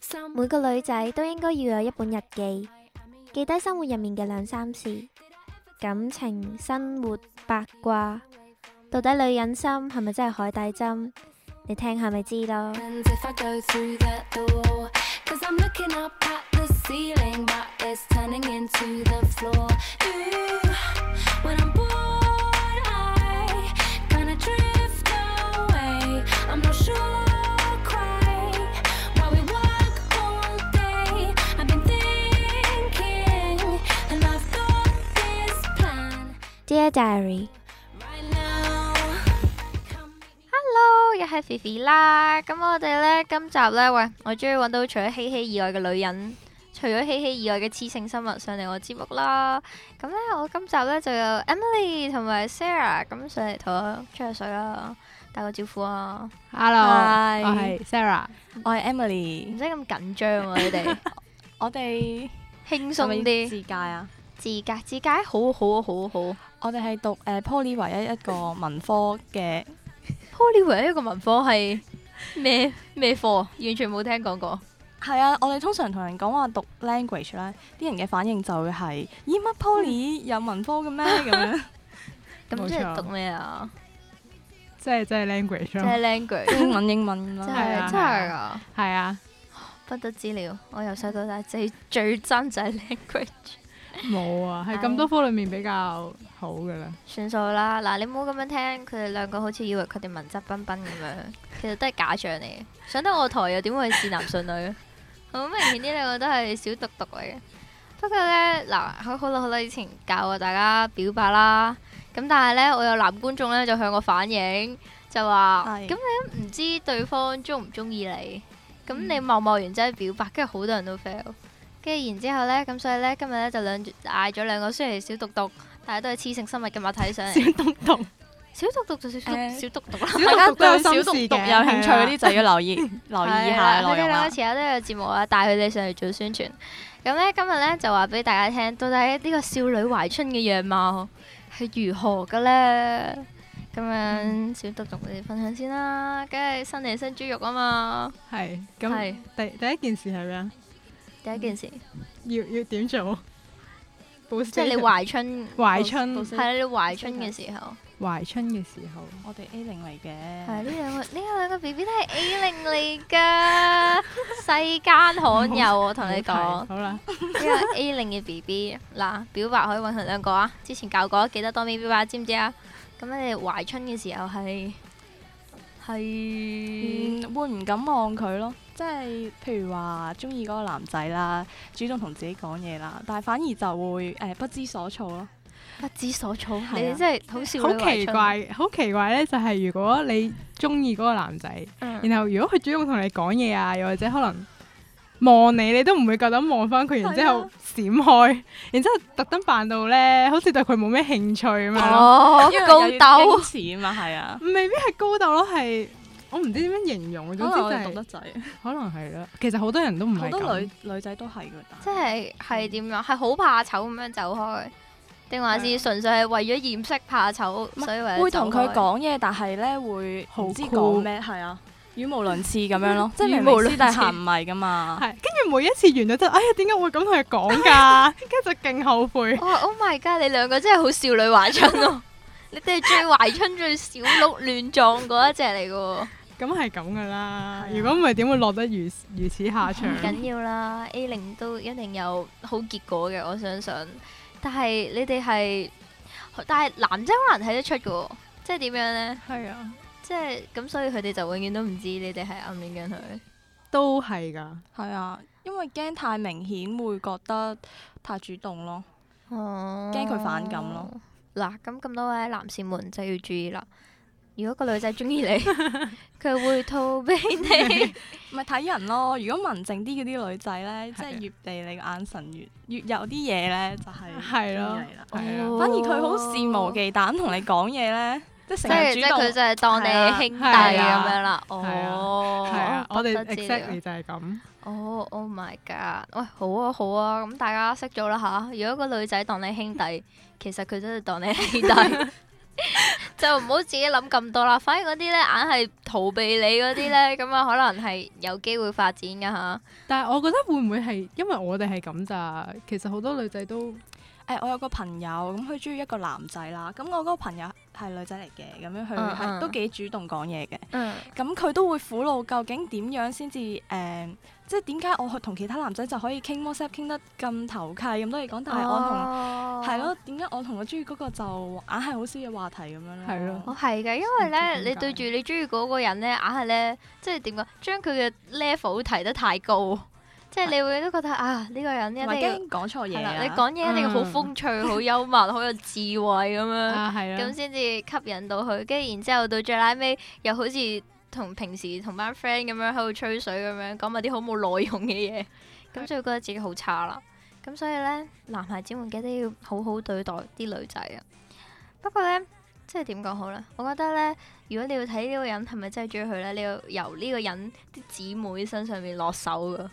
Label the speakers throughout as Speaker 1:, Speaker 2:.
Speaker 1: 心。
Speaker 2: 每個女仔都應該要有一本日記，記低生活入面嘅兩三事，感情、生活、八卦。到底女人心係咪真係海底針？你聽下咪知咯。
Speaker 1: And if I go through that door, cause I'm looking up at the ceiling, but it's turning into the floor. Ooh, when I'm bored, I kinda drift away. I'm not sure quite why we work all day. I've been thinking, and I've got this plan
Speaker 2: Dear Diary。
Speaker 1: right now. Come
Speaker 3: Hello，又係肥肥啦。咁我哋呢，今集呢，喂，我終於揾到除咗希希以外嘅女人，除咗希希以外嘅雌性生物上嚟我節目啦。咁呢，我今集呢，就有 Emily 同埋 Sarah 咁上嚟同我吹下水啦，打個招呼啊。
Speaker 4: Hello，
Speaker 3: Hi
Speaker 4: 我係 Sarah，
Speaker 5: 我係
Speaker 3: 唔
Speaker 5: Emily，
Speaker 3: 使咁緊張啊，你哋
Speaker 5: 我哋
Speaker 3: 輕
Speaker 5: 係
Speaker 3: 鬆
Speaker 5: 咪
Speaker 3: 啲。
Speaker 5: 自介啊！
Speaker 3: 自格自格，好好好好。
Speaker 5: 我哋係讀誒 Poly 唯一一個文科嘅，
Speaker 3: Poly 唯一一個文科係咩咩科？啊完全冇聽講過。
Speaker 5: 係啊！我哋通常同人講話讀 language 啦，啲人嘅反應就會係咦乜 Poly 有文科嘅 咩咁樣？
Speaker 3: 咁
Speaker 4: 冇
Speaker 3: 即係
Speaker 4: 錯
Speaker 3: 讀咩啊？
Speaker 4: 即係即係 language
Speaker 3: 即
Speaker 4: 咯，
Speaker 3: 係 language。
Speaker 5: 英文英文
Speaker 3: 真
Speaker 5: 咁啦，
Speaker 4: 係
Speaker 3: 係
Speaker 4: 啊
Speaker 3: 真係噶，
Speaker 4: 係啊，
Speaker 3: 不得之了。我由細到大最最憎就係 language。
Speaker 4: 冇啊，係咁多科裡面比較好噶啦，
Speaker 3: 算數啦，嗱你唔好咁樣聽，佢哋兩個好似以為佢哋文質彬彬咁樣，其實都係假象嚟嘅。上得我台又點會係善男信女？好明顯呢兩個都係小毒毒嚟嘅。不過呢，嗱，好好耐好耐以前教過大家表白啦，咁但係呢，我有男觀眾呢就向我反映，就話咁你
Speaker 5: 係
Speaker 3: 都唔知對方中唔中意你，咁你貿貿然真係表白，跟住好多人都 fail，跟住然之後呢，咁所以呢，今日呢就兩嗌咗兩個雖然係小毒毒，但係都係雌性生物嘅物體上嚟。
Speaker 5: 讀讀
Speaker 3: 小毒毒就小毒
Speaker 5: 誒
Speaker 3: 小毒毒啦，
Speaker 5: 大家對小
Speaker 4: 小
Speaker 5: 讀
Speaker 4: 讀讀都
Speaker 5: 讀啊有
Speaker 4: 有
Speaker 5: 興
Speaker 4: 心
Speaker 5: 趣
Speaker 4: 事嘅
Speaker 5: 嗰啲就要留意留意
Speaker 3: 係
Speaker 5: 哦下
Speaker 3: 啦，
Speaker 5: 內
Speaker 3: 我哋
Speaker 5: 容
Speaker 3: 兩
Speaker 5: 啦
Speaker 3: 個。遲下都有節目啊，帶佢哋上嚟做宣傳。咁咧今日咧就話俾大家聽，到底呢個少女懷春嘅樣貌係如何嘅咧？咁樣小毒毒你哋分享先啦，梗係新嚟新豬肉啊嘛，
Speaker 4: 係
Speaker 3: 係
Speaker 4: 咁第第一件事係咩啊？
Speaker 3: 第一件事
Speaker 4: 要要 點做？保
Speaker 3: 即係你懷春，
Speaker 4: 懷春
Speaker 3: 係啦，你懷春嘅時候，
Speaker 4: 懷春嘅時候，
Speaker 5: 我哋 A 零嚟
Speaker 3: 係呢
Speaker 5: 嘅，
Speaker 3: 兩個呢兩個 B B 都係 A 零嚟 㗎，世間罕有我同你講
Speaker 4: 好。提好啦，
Speaker 3: 呢個 A 零嘅 B B 嗱，表白可以揾佢兩個啊！之前教過，記得多啲表白，知唔知啊？咁你哋懷春嘅時候係係
Speaker 5: 嗯，會唔敢望佢咯？即係譬如話中意嗰個男仔啦，主動同自己講嘢啦，但係反而就會誒不知所措咯。
Speaker 3: 不知所措，
Speaker 5: 啊
Speaker 3: 你哋真係好少
Speaker 4: 好奇，怪，好奇怪咧，就係如果你中意嗰個男仔。
Speaker 3: 嗯
Speaker 4: 然後如果佢主動同你講嘢啊，又或者可能望你，你都唔會夠膽望翻佢，然之
Speaker 3: 啊
Speaker 4: 後閃開，然之後特登扮到咧，好似對佢冇咩興趣咁樣咯。
Speaker 3: 哦，高斗
Speaker 5: 似啊嘛，係啊，
Speaker 4: 未必係高竇咯，係我唔知點樣形容。
Speaker 5: 可
Speaker 4: 總之
Speaker 5: 能
Speaker 4: 就
Speaker 5: 我哋讀
Speaker 4: 係、
Speaker 5: 得滯，
Speaker 4: 可能係啦。其實好多人都唔
Speaker 5: 好
Speaker 4: 係
Speaker 5: 多女
Speaker 4: 咁，
Speaker 5: 女仔都係噶，
Speaker 3: 即係係點樣？係好怕醜咁樣走開，定還是純粹係為咗掩飾怕醜，
Speaker 5: 係
Speaker 3: 所以為咗
Speaker 5: 會同
Speaker 3: 走
Speaker 5: 佢
Speaker 3: 開
Speaker 5: 講嘢，但係咧會
Speaker 4: 好
Speaker 5: 唔知
Speaker 4: cool
Speaker 5: 講咩，係啊，語無倫次咁 樣咯，即係
Speaker 3: 語
Speaker 5: 明
Speaker 3: 無
Speaker 5: 明
Speaker 3: 倫
Speaker 5: 私
Speaker 3: 次
Speaker 5: 底下唔係噶嘛，
Speaker 4: 係跟住每一次完咗之後，哎呀點解會咁同佢講 㗎？跟住就勁後悔。
Speaker 3: 哇！Oh my god！你兩個真係好少女懷春 咯，你哋係最懷春、最小鹿亂撞嗰一隻嚟嘅喎。
Speaker 4: 咁係咁噶啦，如果唔係點啊會落得如如此下場？
Speaker 3: 唔緊要啦，A 零都一定有好結果嘅，我相信。但係你哋係，但係男仔好難睇得出嘅喎，即係點樣呢？
Speaker 4: 係啊，
Speaker 3: 即係咁，所以佢哋就永遠都唔知你哋係暗戀緊佢。
Speaker 4: 都係㗎。
Speaker 5: 係啊，因為驚太明顯會覺得太主動咯，
Speaker 3: 哦
Speaker 5: 驚佢反感咯。
Speaker 3: 嗱，咁咁多位男士們就要注意啦。如果個女仔中 意你，佢會逃避你。
Speaker 5: 咪睇人咯。如果文靜啲嗰啲女仔咧，即
Speaker 4: 係啊
Speaker 5: 係越地你個眼神越越有啲嘢咧，就係
Speaker 4: 係咯
Speaker 5: 中意你啦
Speaker 4: 係
Speaker 3: 哦
Speaker 4: 啊。
Speaker 5: 反而佢好肆無忌憚同你講嘢咧，即係
Speaker 3: 即
Speaker 5: 成
Speaker 3: 係
Speaker 5: 日
Speaker 3: 即
Speaker 5: 主
Speaker 3: 係
Speaker 5: 動
Speaker 3: 佢就係當你
Speaker 5: 係啊
Speaker 3: 兄弟
Speaker 4: 係
Speaker 3: 咁
Speaker 4: 啊
Speaker 3: 樣啦。
Speaker 4: 啊
Speaker 3: 哦，
Speaker 4: 係啊，我哋
Speaker 3: 不得之了
Speaker 4: exactly 就係咁。
Speaker 3: 哦，Oh my god！喂，好啊，好啊，咁大家識 咗啦吓。如果個女仔當你兄弟，其實佢真係當你兄弟， 就唔好自己諗咁多啦。反而嗰啲咧，硬係逃避你嗰啲咧，咁啊可能係有機會發展噶吓。
Speaker 4: 但係我覺得會唔會係因為我哋係咁咋？其實好多女仔都
Speaker 5: 誒，我有個朋友咁，佢中意一個男仔啦。咁我嗰個朋友係女仔嚟嘅，咁樣佢
Speaker 3: 嗯
Speaker 5: 係
Speaker 3: 嗯
Speaker 5: 都幾主動講嘢嘅。
Speaker 3: 嗯，
Speaker 5: 咁佢都會苦惱究竟點樣先至誒，即係點解我同其他男仔就可以傾 WhatsApp 傾得咁投契咁多嘢講，但係我
Speaker 3: 哦
Speaker 5: 同
Speaker 3: 同
Speaker 5: 係。咯，點解我同我中意嗰個就硬係好少嘅話題咁樣咧？
Speaker 4: 係咯
Speaker 3: 我哦係嘅，因為咧，
Speaker 4: 唔知點解
Speaker 3: 你對住你中意嗰個人咧，硬係咧，即係點講，將佢嘅 level 提得太高，即係你會都覺得啊，呢、個人一
Speaker 5: 同埋
Speaker 3: 定要
Speaker 5: 驚講錯
Speaker 3: 係
Speaker 5: 嘢
Speaker 3: 啦，
Speaker 5: 啊！
Speaker 3: 你講嘢一定要好
Speaker 4: 嗯
Speaker 3: 風趣、好幽默、好有智慧咁樣，
Speaker 4: 啊係
Speaker 3: 咁
Speaker 4: 啦，
Speaker 3: 先至吸引到佢。跟住然之後到最拉尾，又好似同平時同班 friend 咁樣喺度吹水咁樣，講埋啲好冇內容嘅嘢，咁就會覺得自己好差啦。咁所以呢，男孩子們記得要好好對待啲女仔啊。不過呢，即係點講好呢？我覺得呢，如果你要睇呢個人係咪真係中意佢呢，你要由呢個人啲姊妹身上面落手噶。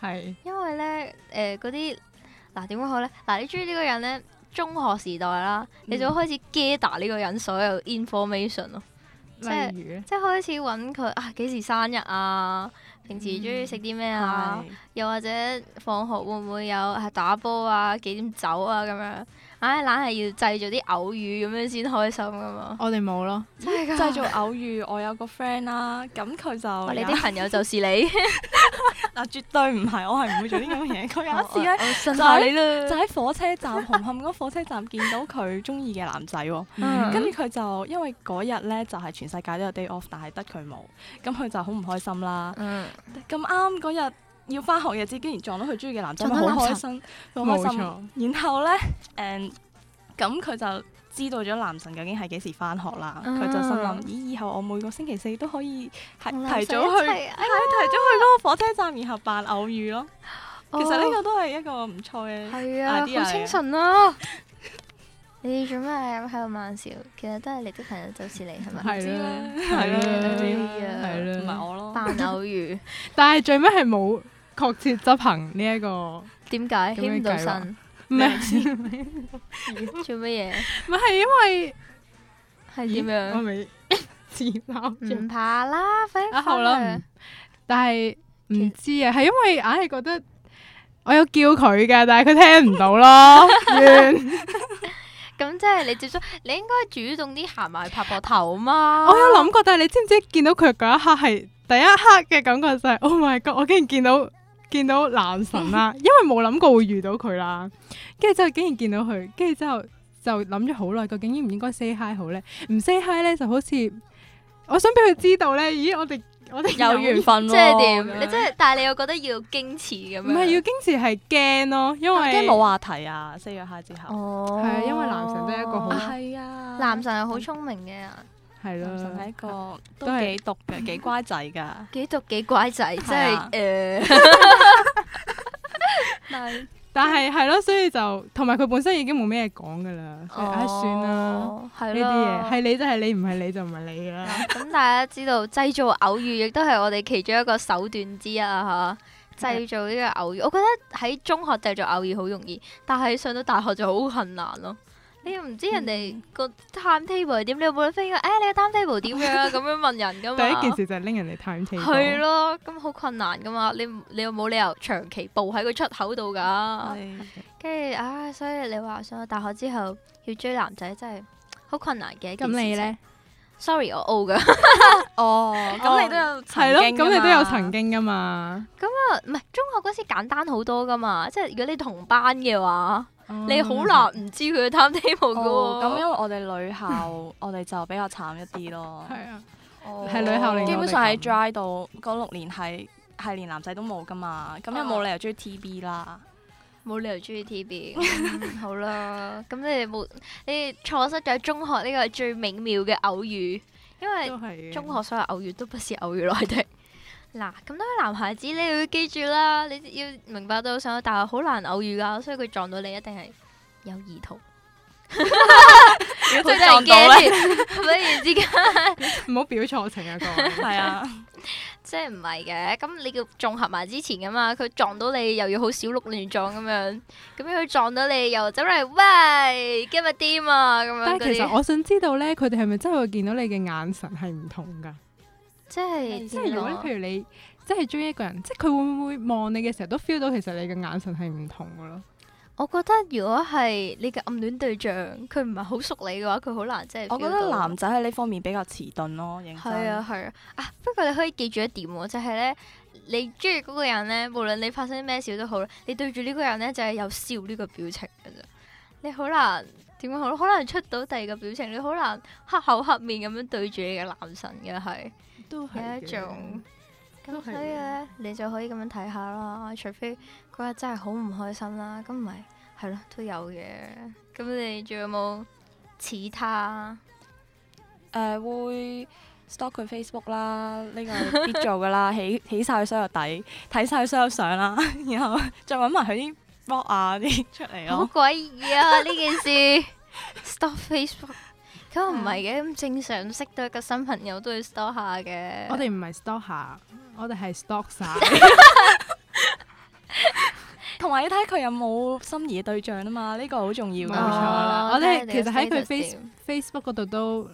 Speaker 4: 係
Speaker 3: 因為咧，誒嗰啲嗱點講好咧？嗱，你中意呢個人咧，中學時代啦，
Speaker 5: 嗯
Speaker 3: 你就會開始 gather 呢個人所有 information 咯，即係
Speaker 4: 例如咧，
Speaker 3: 即係開始揾佢啊幾時生日啊，平時中意食啲咩啊，
Speaker 5: 嗯係
Speaker 3: 又或者放學會唔會有啊打波啊，幾點走啊咁樣，唉、懶係要製造啲偶遇咁樣先開心噶嘛，
Speaker 4: 我哋冇咯，
Speaker 3: 真係㗎。
Speaker 5: 製造偶遇，我有個 friend 啦，咁佢就
Speaker 3: 哇你
Speaker 5: 有
Speaker 3: 啲朋友就是 你，
Speaker 5: 嗱，絕對唔係，我係唔會做呢種嘢。佢 有一次咧，
Speaker 3: 我信下你啦
Speaker 5: 就。喺火 車站紅磡嗰個火車站見到佢中意嘅男仔喎，
Speaker 3: 嗯
Speaker 5: 跟住佢就因為嗰日咧就係全世界都有 day off，但係得佢冇，咁佢就好唔開心啦。
Speaker 3: 嗯，
Speaker 5: 咁啱嗰日要翻學日子，竟然撞到佢中意嘅男仔，咪
Speaker 3: 撞
Speaker 5: 好
Speaker 3: 到
Speaker 5: 開
Speaker 3: 男
Speaker 5: 心，好
Speaker 4: 冇
Speaker 5: 開心。
Speaker 4: 錯，
Speaker 5: 然後咧，誒、咁佢就知道咗男神究竟係幾時翻學啦。佢、就心諗，
Speaker 3: 嗯
Speaker 5: 咦，以後我每個星期四都可以提
Speaker 3: 同
Speaker 5: 提
Speaker 3: 男仔
Speaker 5: 早
Speaker 3: 一
Speaker 5: 去，係
Speaker 3: 齊啊
Speaker 5: 提早去嗰個火車站，然後扮偶遇咯。其
Speaker 3: 哦
Speaker 5: 實呢個都係一個唔錯嘅，
Speaker 3: 係啊，
Speaker 5: idea 嚟
Speaker 3: 好清純啊！ 你做咩啊喺度慢笑？其實都係你的朋友就是你，係咪？
Speaker 4: 係啦，嗯
Speaker 5: 係啦
Speaker 3: 係
Speaker 4: 係
Speaker 5: 唔係
Speaker 4: 啦，
Speaker 5: 我咯。
Speaker 3: 扮偶 遇，
Speaker 4: 但係最尾係冇確切執行呢一個，
Speaker 3: 點解起唔到身？
Speaker 4: 唔係
Speaker 3: 做乜嘢？
Speaker 4: 唔係因為
Speaker 3: 係點
Speaker 4: 我
Speaker 3: 樣？
Speaker 4: 咪 自鬧咗。
Speaker 3: 唔怕啦，快
Speaker 4: 啊
Speaker 3: 啲
Speaker 4: 好啦，
Speaker 3: 翻
Speaker 4: 唔
Speaker 3: 去。
Speaker 4: 但係唔知啊，係因為硬係覺得我有叫佢噶，但係佢聽唔到咯，完
Speaker 3: 咁即係你接觸，你應該主動啲行埋去拍膊頭嘛。
Speaker 4: 我有諗過，但係你知唔知見到佢嗰一刻係第一刻嘅感覺就係、Oh my God！我竟然見到見到男神 啦，因為冇諗過會遇到佢啦，跟住之後竟然見到佢，跟住之後就諗咗好耐，究竟應唔應該 say hi 好咧？唔 say hi 咧就好似我想俾佢知道咧，咦我哋我哋
Speaker 5: 有緣分啊
Speaker 3: 即
Speaker 5: 咯，
Speaker 3: 係點？你
Speaker 5: 咁樣
Speaker 3: 即係，但係你又覺得要矜持咁樣。
Speaker 4: 唔係要矜持係驚咯，因為
Speaker 5: 驚冇話題啊，say 咗 hi 之後。
Speaker 3: 哦
Speaker 4: 係啊因為男神都係一個好
Speaker 5: 啊，係啊，
Speaker 3: 男神係好聰明嘅，
Speaker 4: 係
Speaker 5: 男神係
Speaker 4: 啦，
Speaker 5: 一個
Speaker 4: 都
Speaker 5: 都
Speaker 4: 係
Speaker 5: 幾毒嘅，幾乖仔㗎。
Speaker 3: 幾毒幾乖仔，即
Speaker 5: 係啊
Speaker 3: 係呃誒。
Speaker 5: 但係
Speaker 4: 但係係咯，所以就同埋佢本身已經冇咩講噶啦，所以唉算啦。
Speaker 3: 哦，係
Speaker 4: 呢啲
Speaker 3: 咯
Speaker 4: 嘢係你就係你，唔係你就唔係你噶啦。
Speaker 3: 咁大家知道製造偶遇亦都係我哋其中一個手段之一啊嚇。製造呢個偶遇，我覺得喺中學製造偶遇好容易，但係上到大學就好困難
Speaker 4: 嗯
Speaker 3: 咯。你又唔知人哋個 timetable 係點，你又冇得飛嘅。誒、哎你個 timetable 點樣啊？咁樣問人噶嘛。
Speaker 4: 第一件事就係拎人哋 time table。
Speaker 3: 係咯，咁好困難噶嘛。你唔你又冇理由長期步喺個出口度
Speaker 4: 啊
Speaker 3: 㗎。跟住唉，所以你話上到大學之後要追男仔真係好困難嘅一件
Speaker 4: 咁
Speaker 3: 事
Speaker 4: 你
Speaker 3: 情
Speaker 4: 咧？
Speaker 3: ？Sorry，我 O 㗎。
Speaker 5: 哦，咁
Speaker 3: 哦
Speaker 5: 你都有曾
Speaker 4: 係咯，
Speaker 5: 經㗎
Speaker 4: 咁你都有
Speaker 5: 嘛
Speaker 4: 曾經噶嘛？
Speaker 3: 唔係中學嗰時簡單好多噶嘛，即係如果你同班嘅話，
Speaker 4: 嗯
Speaker 3: 你好
Speaker 4: 哦
Speaker 3: 難唔知佢嘅 timetable 噶喎。
Speaker 5: 哦，咁因為我哋女校， 我哋就比較慘一啲咯。
Speaker 4: 係啊，
Speaker 3: 哦
Speaker 4: 係女校嚟㗎
Speaker 5: 基
Speaker 4: 我
Speaker 5: 本
Speaker 4: 哋
Speaker 5: 上喺
Speaker 4: 咁
Speaker 5: dry 度嗰六年係係連男仔都冇噶嘛，
Speaker 3: 啊
Speaker 5: 咁又冇理由中意 TB 啦。
Speaker 3: 冇理由中意 TB。嗯好啦，咁你哋冇你哋錯失咗中學呢個最美妙嘅偶遇，因為
Speaker 4: 都係
Speaker 3: 中學所有偶遇都不是偶遇來的。 嗱，咁多位男孩子你要記住啦，你要明白到上咗大學好難偶遇噶，所以佢撞到你一定係有意 圖，
Speaker 5: 如
Speaker 3: 好
Speaker 5: 果
Speaker 3: 多
Speaker 5: 真
Speaker 3: 人
Speaker 5: 係
Speaker 4: 啊
Speaker 3: 驚
Speaker 5: 驚咧，
Speaker 3: 住，忽然之間。
Speaker 4: 學唔好表錯情啊，各位。
Speaker 5: 係啊，
Speaker 3: 即係唔係嘅，咁你要綜合埋之前噶嘛，佢撞到你又要好小鹿亂撞咁樣，咁樣佢撞到你又走嚟喂今日掂啊咁樣
Speaker 4: 但係
Speaker 3: 嗰
Speaker 4: 其實
Speaker 3: 啲，
Speaker 4: 我想知道咧，佢哋係咪真係會見到你嘅眼神係唔同㗎？
Speaker 3: 即係啊
Speaker 4: 即係如果你譬如你即係中意一個人，即係佢會唔會望你嘅時候都 feel 到其實你嘅眼神係唔同㗎咯？
Speaker 3: 我覺得如果係你嘅暗戀對象，佢唔係好熟你嘅話，佢好難即係 feel 到。
Speaker 5: 我覺得男仔喺呢方面比較遲鈍咯，認真。
Speaker 3: 係啊係啊啊！不過你可以記住一點喎，就係咧，你中意嗰個人咧，無論你發生咩事都好啦，你對住呢個人咧就係有笑呢個表情嘅啫。你好難點講好咧？好難出到第二個表情，你好難黑口黑面咁樣對住你嘅男神嘅係
Speaker 4: 都
Speaker 3: 有一種。
Speaker 4: 都
Speaker 3: 咁
Speaker 4: 係
Speaker 3: 所以咧，你就可以咁樣睇下啦。除非嗰日真係好唔開心啦，咁唔係係咯都有嘅。咁你仲有冇似他？
Speaker 5: 誒、會 stalk 佢 Facebook 啦，呢、個必做噶啦， 起起晒佢所有底，睇晒佢所有相啦， 然後再揾埋佢啲 blog 啊 啲出嚟
Speaker 3: 好
Speaker 5: 咯。
Speaker 3: 詭異啊！呢件事 stop Facebook，咁唔係嘅，咁正常識到一個新朋友都要 stop 下嘅。
Speaker 4: 我哋唔係 stalk 下，我哋係 stalk 晒。
Speaker 5: 同埋你睇佢有冇心儀嘅對象啊嘛，呢、個好重要
Speaker 4: 冇
Speaker 5: 㗎。
Speaker 4: 錯
Speaker 3: 哦
Speaker 4: 啦，我
Speaker 3: 睇下
Speaker 4: 哋其
Speaker 3: 你嘅
Speaker 4: 實喺佢
Speaker 3: status
Speaker 4: face
Speaker 3: 點
Speaker 4: Facebook 嗰度都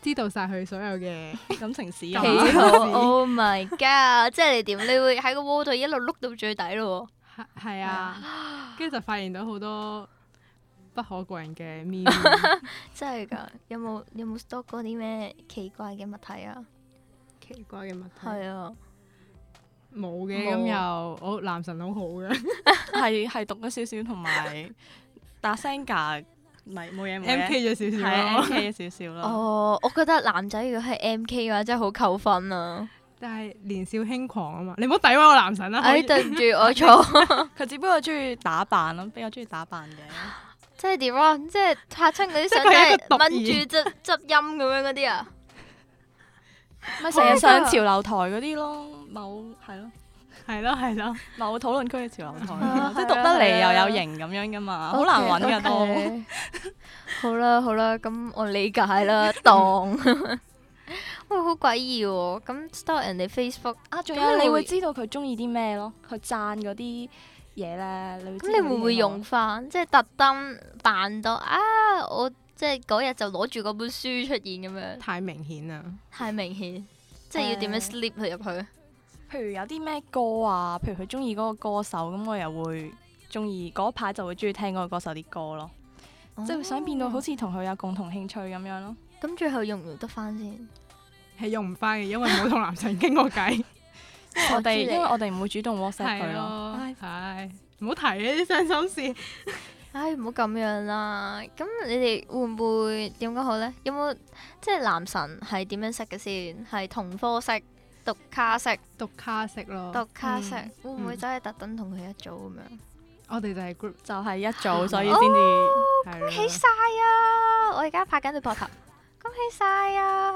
Speaker 4: 知道晒佢所有嘅。
Speaker 5: 感情史
Speaker 4: 啊
Speaker 5: 啊
Speaker 3: 企，圖哦，Oh my god！即係你點？你會喺個 wall 度一路碌到最底咯
Speaker 4: 係係啊，跟住就發現到好多不可告人嘅秘密。好
Speaker 3: 喎，真係㗎！有冇有冇 stop 過啲咩奇怪嘅物體啊？
Speaker 4: 奇怪嘅物體。
Speaker 3: 係啊，
Speaker 4: 冇嘅，咁
Speaker 3: 冇
Speaker 4: 又我男神好好嘅
Speaker 5: 係係讀咗少少，同埋打聲價，唔係冇嘢 冇
Speaker 4: 啊，M
Speaker 5: 嘢，
Speaker 4: K 咗少
Speaker 5: 係
Speaker 4: 少
Speaker 5: M
Speaker 4: 咯。
Speaker 5: K 少少咯。
Speaker 3: 哦，我覺得男仔如果係 M K 嘅話，真係好扣分啊！
Speaker 4: 但係年少輕狂啊嘛，你唔好詆毀我男神啦。啊可
Speaker 3: 哎，
Speaker 4: 以
Speaker 3: 對唔住，我錯。
Speaker 5: 佢只不過中意打扮咯，比較中意打扮嘅。
Speaker 3: 即係點啊？即係拍親嗰啲相
Speaker 4: 即
Speaker 3: 都
Speaker 4: 係一
Speaker 3: 係
Speaker 4: 個毒
Speaker 3: 掹住執執音咁樣嗰啲啊？
Speaker 5: 咪成日上潮流台嗰啲咯，某係咯，
Speaker 4: 係咯係咯，
Speaker 5: 某討論區嘅潮流 台
Speaker 3: 啊
Speaker 5: 咯，即係
Speaker 3: 係
Speaker 5: 讀得
Speaker 3: 啊係啊
Speaker 5: 嚟又有型咁樣噶嘛，好難揾噶都。
Speaker 3: OK，OK。好啦好啦，咁我理解 啦，當。喂，好詭異喎！咁 store 人哋 Facebook，
Speaker 5: 啊，仲
Speaker 3: 咁
Speaker 5: 有
Speaker 3: 你
Speaker 5: 你
Speaker 3: 會
Speaker 5: 會知道佢中意啲咩咯，佢讚嗰啲嘢咧，你會知
Speaker 3: 咁你會唔會
Speaker 5: 道
Speaker 3: 用翻？即係特登扮到啊！我即係嗰日就攞住嗰本書出現咁樣，
Speaker 4: 太明顯啊啦。
Speaker 3: 太明顯，即係要點樣
Speaker 5: 誒
Speaker 3: slip 佢入去？
Speaker 5: 啲咩？譬如有啲咩歌啊，譬如佢中意嗰個歌手，咁我又會中意嗰一排就會中意聽嗰個歌手啲歌咯，即係想變到好
Speaker 3: 哦
Speaker 5: 似同佢有共同興趣咁樣咯。
Speaker 3: 咁，最後用唔用得翻先？
Speaker 4: 係用唔翻嘅，因為冇同男神傾過 偈。
Speaker 5: 我哋
Speaker 3: 知
Speaker 5: 因
Speaker 3: 你
Speaker 5: 為我哋唔會主動 WhatsApp
Speaker 4: 係
Speaker 5: 佢咯。
Speaker 4: 咯
Speaker 5: 唉，
Speaker 4: 唉，唔好提呢啲傷心事。
Speaker 3: 唉，唔好咁樣啦。咁你哋會唔會點講好呢？有冇即係男神係點樣識嘅先？係同科識、讀卡識、
Speaker 5: 哦
Speaker 4: 讀卡式咯，
Speaker 3: 讀卡識，會唔會
Speaker 4: 嗯
Speaker 3: 真係特登同佢一組咁樣？
Speaker 4: 我哋就係 group
Speaker 5: 就係一早，所以
Speaker 4: 哦
Speaker 5: 先至。
Speaker 4: 係
Speaker 3: 恭喜
Speaker 4: 咯。
Speaker 3: 晒啊！我而家拍緊你膊頭，恭喜晒 啊！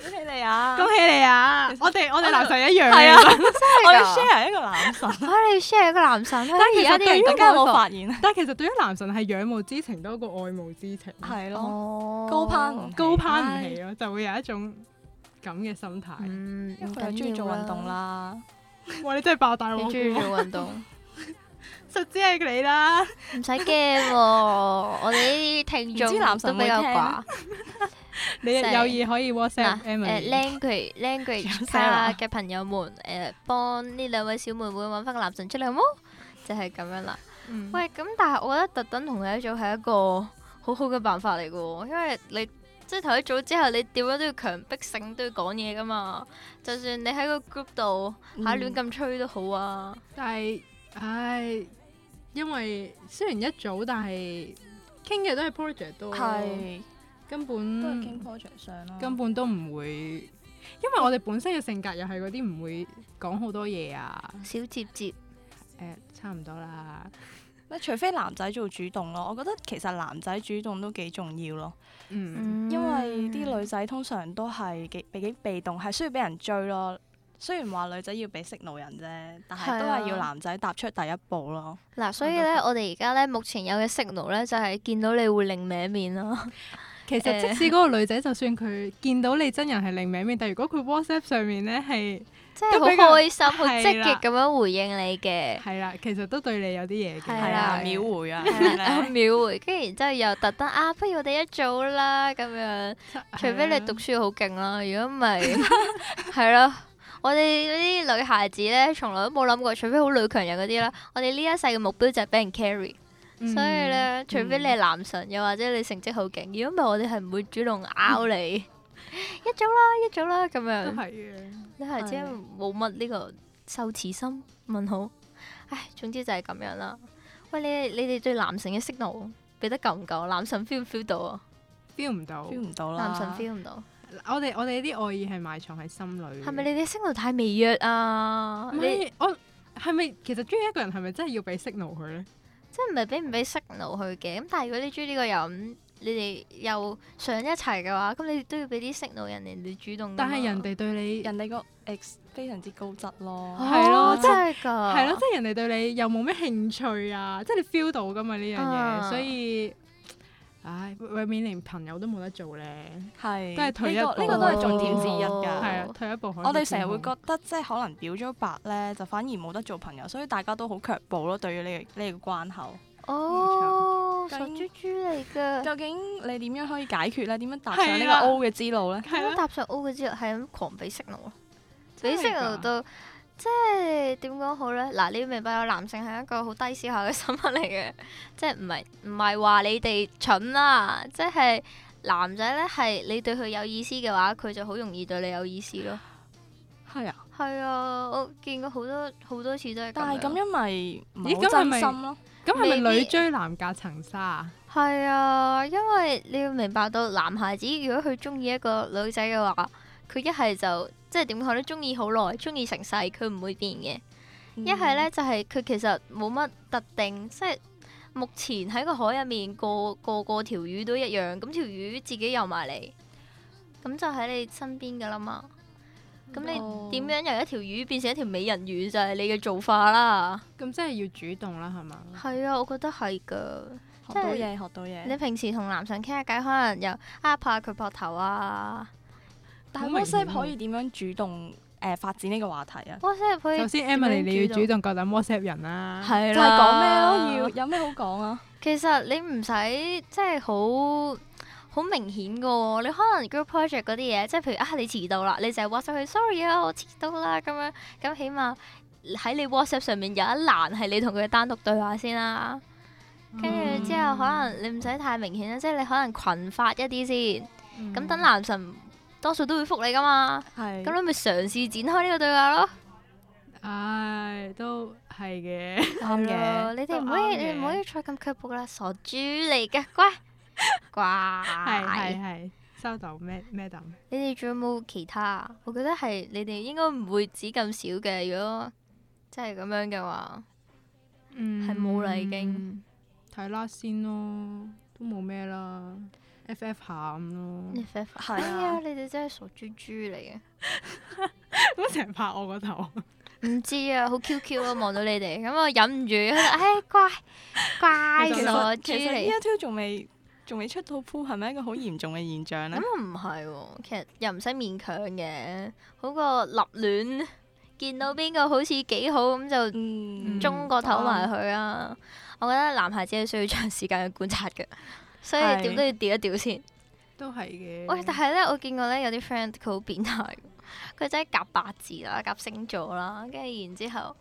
Speaker 5: 恭喜你啊！
Speaker 4: 恭喜你啊！我哋我哋男神一樣嘅。
Speaker 5: 係啊，我
Speaker 3: 真
Speaker 5: 哋
Speaker 3: 係㗎
Speaker 5: share 一個男神。
Speaker 3: 我哋 share 個男神啦，而家啲人
Speaker 5: 大
Speaker 3: 咁
Speaker 5: 家有冇
Speaker 3: 愛
Speaker 5: 發現咧？
Speaker 4: 但係其實對於男神係仰慕之情多過愛慕之情，
Speaker 5: 係
Speaker 3: 國
Speaker 5: 咯，
Speaker 3: 哦
Speaker 5: 高攀唔起
Speaker 4: 高攀唔起咯，就會有一種咁嘅心態。
Speaker 3: 嗯，
Speaker 5: 因
Speaker 3: 唔
Speaker 5: 為佢又中意
Speaker 3: 緊
Speaker 5: 做
Speaker 3: 要
Speaker 5: 運動。啦。
Speaker 4: 哇！你真係爆大
Speaker 3: 你
Speaker 4: 鑊
Speaker 3: 中意做
Speaker 4: 喎，
Speaker 3: 運動，
Speaker 4: 實只係你啦。
Speaker 3: 唔使驚喎。我哋呢啲聽
Speaker 5: 唔知
Speaker 3: 眾
Speaker 5: 男
Speaker 3: 都
Speaker 5: 神
Speaker 3: 比較
Speaker 5: 會聽
Speaker 3: 寡。
Speaker 4: 你有意可以
Speaker 3: 嗱
Speaker 4: WhatsApp
Speaker 3: 誒
Speaker 4: Emily。
Speaker 3: language language
Speaker 5: 有
Speaker 3: 啊呃卡
Speaker 5: Sarah
Speaker 3: 嘅朋友們，誒幫呢兩位小妹妹揾翻個男神出嚟好冇？就係咁樣啦。
Speaker 4: 嗯
Speaker 3: 喂，咁但係我覺得特登同佢一組係一個好好嘅辦法嚟嘅喎，因為你即係同佢一組之後，你點樣都要強迫性都要講嘢噶嘛。嗯就算你喺個 group 度
Speaker 5: 嗯
Speaker 3: 嚇亂咁吹都好啊。
Speaker 4: 但係，唉，因為雖然一組，但係傾嘅都係 project 多，
Speaker 5: 係
Speaker 4: 根
Speaker 5: 都
Speaker 4: 本
Speaker 5: 係傾 project 上咯。
Speaker 4: 根本都唔會，因為我哋本身嘅性格又係嗰啲唔會講好多嘢啊，
Speaker 3: 小接接，
Speaker 4: 誒、差唔多啦，
Speaker 5: 咪除非男仔做主動咯，我覺得其實男仔主動都幾重要咯，
Speaker 4: 嗯，
Speaker 5: 因為啲女仔通常都係幾幾被動，係需要俾人追咯。雖然話女仔要俾識路人啫，但係都
Speaker 3: 係啊
Speaker 5: 係要男仔踏出第一步咯。
Speaker 3: 嗱，所以咧，我哋而家咧目前有嘅 signal 咧就係見到你會擰歪面咯。
Speaker 4: 其實即使嗰個女仔，就算佢見到你真人係另一面，但如果佢 WhatsApp 上面咧係
Speaker 3: 即係好
Speaker 4: 都比較
Speaker 3: 開心、好
Speaker 4: 係
Speaker 3: 積極
Speaker 4: 啦
Speaker 3: 咁樣回應你嘅，
Speaker 4: 係啦，其實都對你有啲嘢嘅。
Speaker 3: 係啦
Speaker 5: 啊，秒回啊，
Speaker 3: 係 啦，秒回，跟住然之後又特登啊，不如我哋一組啦咁樣。除非你讀書好勁啦，如果唔係 係咯。我哋嗰啲女孩子咧，從來都冇諗過，除非好女強人嗰啲啦。我哋呢一世嘅目標就係俾人 carry，、
Speaker 4: 嗯，
Speaker 3: 所以咧，除非你係男神，又或者你成績好勁，如果唔係，我哋係唔會主動拗 你。一早啦，一早啦，咁
Speaker 4: 都
Speaker 3: 樣。
Speaker 4: 係嘅。
Speaker 3: 你係即係
Speaker 5: 係
Speaker 3: 冇乜呢個羞恥心？問號，唉，總之就係咁樣啦。喂，你你哋對男神嘅 signal 俾得夠唔夠？男神 feel 唔 feel 到啊？
Speaker 4: feel 唔到
Speaker 5: feel 唔到啦。
Speaker 3: 男神 feel 唔到，
Speaker 4: 我哋我哋啲愛意係埋藏喺心裏。
Speaker 3: 係咪你哋 signal 太微弱啊？
Speaker 4: 嗯唔
Speaker 3: 你
Speaker 4: 係我係咪其實中意一個人係咪真係要俾 signal 佢咧？
Speaker 3: 即係唔係俾唔俾 signal 佢嘅？咁但係如果你中意呢個人，你哋又想一齊嘅話，咁你哋都要俾啲 signal 人哋，你主動㗎嘛。
Speaker 4: 但係人哋對你
Speaker 5: 人哋個 ex 非常之高質咯。
Speaker 4: 係咯
Speaker 3: 哦
Speaker 4: 即
Speaker 3: 真
Speaker 4: 係
Speaker 3: 係㗎，
Speaker 4: 係咯，即係人哋對你又冇咩興趣啊，即係你 feel 到噶嘛呢樣嘢，
Speaker 3: 啊
Speaker 4: 所以唉，永免連朋友都冇得做咧，
Speaker 5: 係
Speaker 4: 都係退一
Speaker 5: 呢個呢個
Speaker 4: 步
Speaker 5: 都係重點之一㗎。
Speaker 3: 哦
Speaker 4: 係啊，退一步可以
Speaker 5: 我哋成日會
Speaker 4: 見好
Speaker 5: 覺得即係可能表咗白咧，就反而冇得做朋友，所以大家都好卻步咯。對於呢個呢個關口，
Speaker 3: 哦，
Speaker 5: 冇
Speaker 3: 傻
Speaker 5: 錯
Speaker 3: 豬豬嚟㗎。
Speaker 5: 究竟你點樣可以解決咧？點樣踏上呢
Speaker 4: 係啦
Speaker 5: 個 O 嘅之路咧？
Speaker 4: 係
Speaker 3: 咁
Speaker 4: 啦，
Speaker 3: 搭上 O 嘅之後係咁狂俾 signal 咯，
Speaker 4: 真
Speaker 3: 俾
Speaker 4: 係㗎
Speaker 3: signal 到即係點講好咧？嗱，你要明白有男性係一個好低思考嘅生物嚟嘅， 即係唔係唔係話你哋蠢啦，即係男仔咧係你對佢有意思嘅話，佢就好容易對你有意思咯。
Speaker 5: 係啊，
Speaker 3: 係啊，我見過好多好多次都係
Speaker 5: 但係咁
Speaker 3: 樣。
Speaker 5: 樣咪唔係
Speaker 4: 咦
Speaker 5: 好
Speaker 4: 咁係
Speaker 5: 真
Speaker 4: 咪
Speaker 5: 心咯。
Speaker 4: 咁係咪
Speaker 3: 未
Speaker 4: 女
Speaker 3: 必
Speaker 4: 追男隔層紗啊？
Speaker 3: 係啊，因為你要明白到男孩子如果佢中意一個女仔嘅話，佢一係就即係點講咧，中意好耐，中意成世，佢唔會變嘅。一
Speaker 5: 嗯
Speaker 3: 係咧就係佢其實冇乜特定，即係目前喺個海入面個個個條魚都一樣，咁條魚自己游埋嚟，咁就喺你身邊噶啦嘛。咁
Speaker 5: 哦
Speaker 3: 你點樣由一條魚變成一條美人魚就係你嘅做法啦。
Speaker 4: 咁即係要主動啦，係嘛？
Speaker 3: 係啊，我覺得係噶。
Speaker 5: 學到嘢，學到
Speaker 3: 你
Speaker 5: 嘢。
Speaker 3: 平時同男神傾下偈，可能又啊拍下佢膊頭啊
Speaker 5: 但係
Speaker 4: 好明顯
Speaker 5: WhatsApp 可以點樣主動誒發展呢個話題啊？
Speaker 3: ，WhatsApp 可以
Speaker 4: 首先
Speaker 3: 點樣
Speaker 4: Emily 你要主
Speaker 3: 主
Speaker 4: 動夠膽 WhatsApp 人啦，
Speaker 3: 係
Speaker 5: 就係
Speaker 3: 啦
Speaker 5: 講咩咯？要 有咩好講啊？
Speaker 3: 其實你唔使即係好好明顯噶喎，你可能 group project 嗰啲嘢，即係譬如啊你遲到啦，你就係 WhatsApp 佢 sorry 啊我遲到啦咁樣，咁起碼喺你 WhatsApp 上面有一欄係你同佢單獨對話先啦，
Speaker 4: 嗯
Speaker 3: 跟住之後可能你唔使太明顯啦，即係你可能群發一啲先，
Speaker 4: 嗯
Speaker 3: 咁等男神多數都會覆你噶嘛，
Speaker 5: 係
Speaker 3: 咁你咪嘗試展開呢個對話咯。
Speaker 4: 唉都係 嘅，
Speaker 5: 啱嘅。
Speaker 3: 啊你
Speaker 4: 都
Speaker 3: 哋唔可以，
Speaker 4: 啱嘅
Speaker 3: 你唔可以再咁卻步啦，傻豬嚟嘅，乖
Speaker 4: 係
Speaker 3: 乖。
Speaker 4: 係係收到咩咩啖？
Speaker 3: 你哋仲有冇其他？我覺得係你哋應該唔會止咁少嘅，如果真係咁樣嘅話，
Speaker 4: 嗯
Speaker 3: 係冇啦已經
Speaker 4: 睇啦先咯，都冇咩啦，FF 下咁 咯。
Speaker 3: 你 fair
Speaker 5: 係啊
Speaker 3: 哎呀， 你哋真係傻豬豬嚟嘅。
Speaker 4: 咁成日拍我個頭，
Speaker 3: 唔知啊，好 Q Q 啊，望到你哋，咁我忍唔住，唉，乖乖
Speaker 4: 其實
Speaker 3: 傻
Speaker 5: 其
Speaker 3: 豬
Speaker 5: 實呢
Speaker 3: 嚟。
Speaker 5: 一招仲未仲未出到鋪，係咪一個好嚴重嘅現象
Speaker 3: 咁
Speaker 5: 咧？
Speaker 3: 又唔係喎，其實又唔使勉強嘅，好過立亂見到邊個好似幾好咁就。
Speaker 5: 嗯
Speaker 3: 中個頭埋佢啊！我覺得男孩子係需要長時間嘅觀察嘅，所以
Speaker 5: 係
Speaker 3: 點都要調一調先。
Speaker 4: 都係嘅。
Speaker 3: 喂，但係咧，我見過咧有啲 friend 佢好變態， 佢真係夾八字啦，夾星座啦，跟住然之後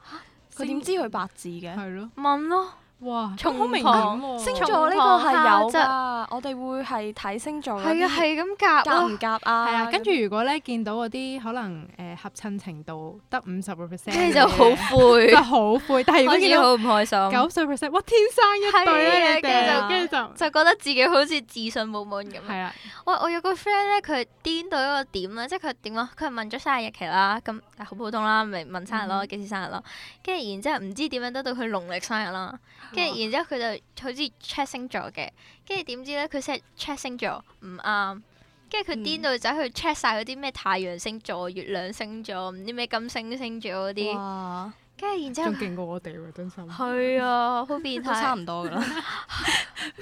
Speaker 5: 佢點知佢八字嘅？
Speaker 4: 係咯，
Speaker 3: 問咯，
Speaker 4: 哇，
Speaker 3: 從
Speaker 4: 好明顯
Speaker 3: 旁
Speaker 4: 喎。
Speaker 5: 星
Speaker 3: 從
Speaker 5: 座呢個
Speaker 3: 旁
Speaker 5: 係
Speaker 3: 敲
Speaker 5: 有
Speaker 3: 則
Speaker 5: 㗎，哦我哋會係睇星座嗰
Speaker 3: 係啊，
Speaker 5: 啲
Speaker 3: 係咁夾
Speaker 5: 夾
Speaker 3: 咯
Speaker 5: 唔，夾
Speaker 4: 係
Speaker 5: 啊？
Speaker 4: 啊，跟住如果咧見到嗰啲可能誒合襯程度得五十個 percent，
Speaker 3: 跟住 就好
Speaker 4: 就
Speaker 3: 攰，
Speaker 4: 好灰。但係如果
Speaker 3: 開始
Speaker 4: 見
Speaker 3: 好唔開
Speaker 4: 到
Speaker 3: 心，
Speaker 4: 九十 percent，哇，天生一對
Speaker 3: 係
Speaker 4: 咧，
Speaker 5: 啊
Speaker 4: 你哋跟住就
Speaker 3: 就嗯覺得自己好似自信滿滿咁樣。
Speaker 4: 係啦，啊
Speaker 3: 喂，我有個 friend 咧，佢係癲到一個點啦，即係佢點啊？佢係問咗生日日期啦，咁啊好普通啦，咪問生日
Speaker 4: 嗯
Speaker 3: 咯，幾時生日咯？跟住然之後唔知點樣得到佢農曆生日啦，跟住然之後佢就好似 check 星座嘅，跟住點知咧佢 set check 星座唔啱，跟住佢
Speaker 4: 嗯
Speaker 3: 癲到走去 check 晒嗰啲咩太陽星座、月亮星座、唔知咩金星星座嗰啲，
Speaker 5: 哇，
Speaker 3: 跟住然之
Speaker 4: 仲
Speaker 3: 後
Speaker 4: 勁過我哋喎，真心。
Speaker 3: 係啊，好變
Speaker 5: 都差
Speaker 3: 態，
Speaker 5: 唔多㗎啦。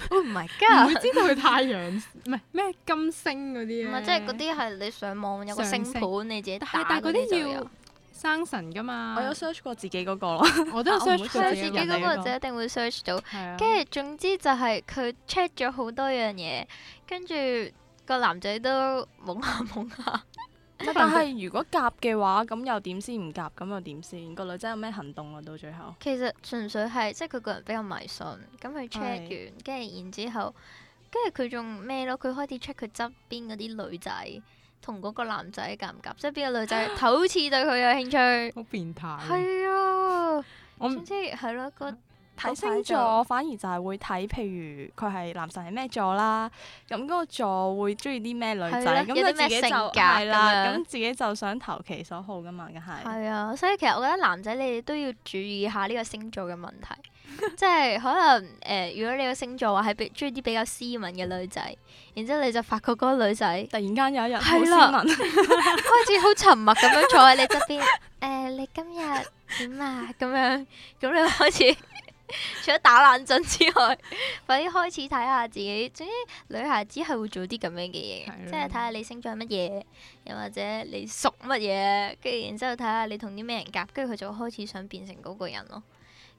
Speaker 3: Oh my
Speaker 4: 唔會
Speaker 3: god！
Speaker 4: 知 道佢太陽唔係咩金星嗰啲
Speaker 3: 唔
Speaker 4: 呢
Speaker 3: 係，即係嗰啲係你上網有個
Speaker 4: 上
Speaker 3: 星
Speaker 4: 色
Speaker 3: 盤，你自己
Speaker 4: 但係
Speaker 3: 打
Speaker 4: 但係嗰啲
Speaker 3: 就有
Speaker 4: 要生辰噶嘛，
Speaker 5: 我有 search 過自己嗰個 咯，
Speaker 4: 我都有
Speaker 5: 啊我唔
Speaker 3: 係
Speaker 4: search
Speaker 5: 會
Speaker 4: 過
Speaker 3: 啊
Speaker 5: 上
Speaker 4: 自
Speaker 3: 自
Speaker 4: 己
Speaker 3: 己
Speaker 5: 人嚟
Speaker 4: 嗰
Speaker 3: 嗰
Speaker 4: 個
Speaker 5: 嗰
Speaker 3: 個
Speaker 5: 個
Speaker 3: 就一定會 search 到。
Speaker 4: 係啊，
Speaker 3: 跟住總之就係佢 check 咗好多樣嘢，跟住個男仔都懵下懵下，
Speaker 5: 但係如果夾嘅話，咁又點先唔夾？咁又點先？個女仔有咩行動啊？到最後
Speaker 3: 其實純粹係即係佢個人比較迷信，咁佢 check
Speaker 5: 係
Speaker 3: 完，跟住然之後，跟住佢仲咩咯？佢開始 check 佢側邊嗰啲女仔同嗰個男仔夾唔夾，即係邊個女仔
Speaker 5: 啊
Speaker 3: 頭次對佢有興趣。
Speaker 4: 好變態。
Speaker 3: 係啊，
Speaker 4: 我
Speaker 3: 總之係咯，個
Speaker 5: 嗯睇星座，反而就係會睇，譬如佢係男神係咩座啦，咁嗰個座會中意啲咩女
Speaker 3: 係啦
Speaker 5: 仔，咁
Speaker 3: 有啲
Speaker 5: 就
Speaker 3: 咩
Speaker 5: 自己就
Speaker 3: 性格
Speaker 5: 係啦，
Speaker 3: 咁樣
Speaker 5: 咁自己就想投其所好噶嘛，梗係。
Speaker 3: 係啊，所以其實我覺得男仔你哋都要注意下呢個星座嘅問題，即係可能誒、呃如果你個星座話係比中意啲比較斯文嘅女仔，然之後你就發覺嗰個女仔
Speaker 5: 突然間有一日好
Speaker 3: 係
Speaker 5: 斯
Speaker 3: 啦
Speaker 5: 文，
Speaker 3: 開始好沉默咁樣坐喺你側邊，誒、 呃你今日點啊？咁樣咁你 開始除咗打冷震之外，快啲開始睇下自己。總之女孩子係會做啲咁樣嘅嘢，
Speaker 4: 係
Speaker 3: 即係
Speaker 4: 啦
Speaker 3: 睇下你星座係乜嘢，又或者你屬乜嘢，跟住然之後睇下你同啲咩人夾，跟住佢就開始想變成嗰個人咯。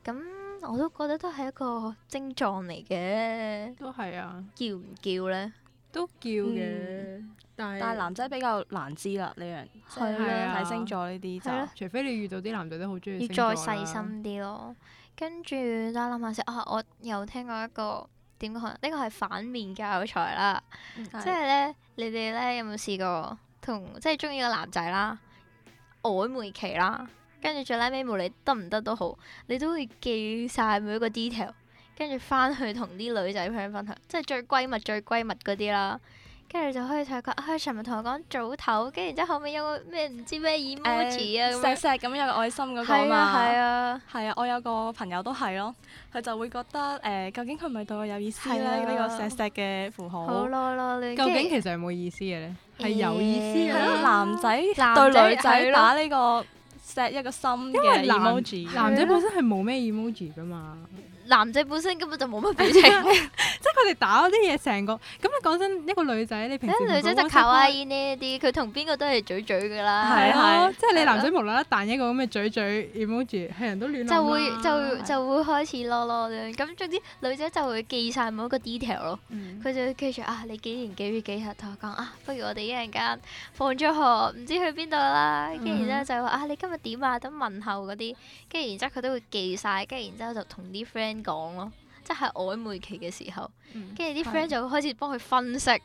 Speaker 3: 咁我都覺得都係一個症狀嚟嘅，
Speaker 4: 都係啊，
Speaker 3: 叫唔叫呢？
Speaker 4: 都叫嘅
Speaker 5: 嗯，
Speaker 4: 但
Speaker 5: 但係
Speaker 4: 係
Speaker 5: 男仔比較難知啦呢樣，即係
Speaker 4: 係啊
Speaker 5: 睇星座呢啲
Speaker 3: 係咯
Speaker 5: 就。
Speaker 4: 除非你遇到啲男仔都好中意
Speaker 3: 要
Speaker 4: 星座啦
Speaker 3: 再細心，啲咯。跟住再諗下先，啊，我又聽過一個點講啊呢個係反面教材啦，
Speaker 5: 嗯
Speaker 3: 即係咧，你哋咧有冇試過同即係中意個男仔啦，曖昧期啦，跟住最拉尾無理得唔得都好，你都會記晒每一個 detail，跟住翻去同啲女仔 friend 分享，即係最閨蜜最閨蜜嗰啲啦。跟住就可以同佢講，啊佢尋日同我講早唞，跟住然之後後尾有個咩唔知咩 emoji 啊咁樣
Speaker 5: 誒，石石咁有個愛心嗰個
Speaker 3: 係啊
Speaker 5: 嘛，
Speaker 3: 係啊，
Speaker 5: 係啊，我有個朋友都係咯，佢就會覺得誒、究竟佢係咪對我有意思
Speaker 3: 係
Speaker 5: 咧？
Speaker 3: 啊
Speaker 5: 呢個石石嘅符號，
Speaker 3: 好咯咯，你
Speaker 4: 究竟其實有冇意思嘅咧？係有意思
Speaker 5: 係
Speaker 4: 嘅啦
Speaker 5: 咯，
Speaker 3: 嗯
Speaker 5: 男仔
Speaker 3: 男仔
Speaker 5: 對女仔打呢個石一個心嘅
Speaker 4: 男
Speaker 5: emoji，
Speaker 4: 男仔本身係冇咩 emoji 噶嘛，
Speaker 3: 男仔本身根本就冇乜表 情，
Speaker 4: 即係佢哋打嗰啲嘢成個咁你講真，一個女仔你平時
Speaker 3: 啲
Speaker 4: 唔 會
Speaker 3: 女仔就
Speaker 4: WhatsApp
Speaker 3: 靠阿
Speaker 4: 開
Speaker 3: 姨呢啲，佢同邊個都係嘴嘴噶啦，
Speaker 5: 係
Speaker 4: 係
Speaker 5: 啊
Speaker 4: 咯，即係
Speaker 3: 係
Speaker 4: 你男
Speaker 3: 咯
Speaker 4: 仔無啦啦彈一個咁嘅嘴嘴 emoji，係人都亂諗
Speaker 3: 就會
Speaker 4: 啦
Speaker 3: 就會就會開始囉囉咧。咁總之女仔就會記晒每一個 detail 咯，
Speaker 4: 嗯
Speaker 3: 佢就會記住啊，你幾年幾月幾日同我講啊，不如我哋一陣間放咗學唔知去邊度啦，跟住然之
Speaker 4: 嗯
Speaker 3: 後就話啊，你今日點啊，等問候嗰啲，跟住然之後佢都會記晒，跟住然之後就同啲 friend 講咯，即係曖昧期嘅時候，跟住啲 friend 就會開始幫佢分析。
Speaker 5: 係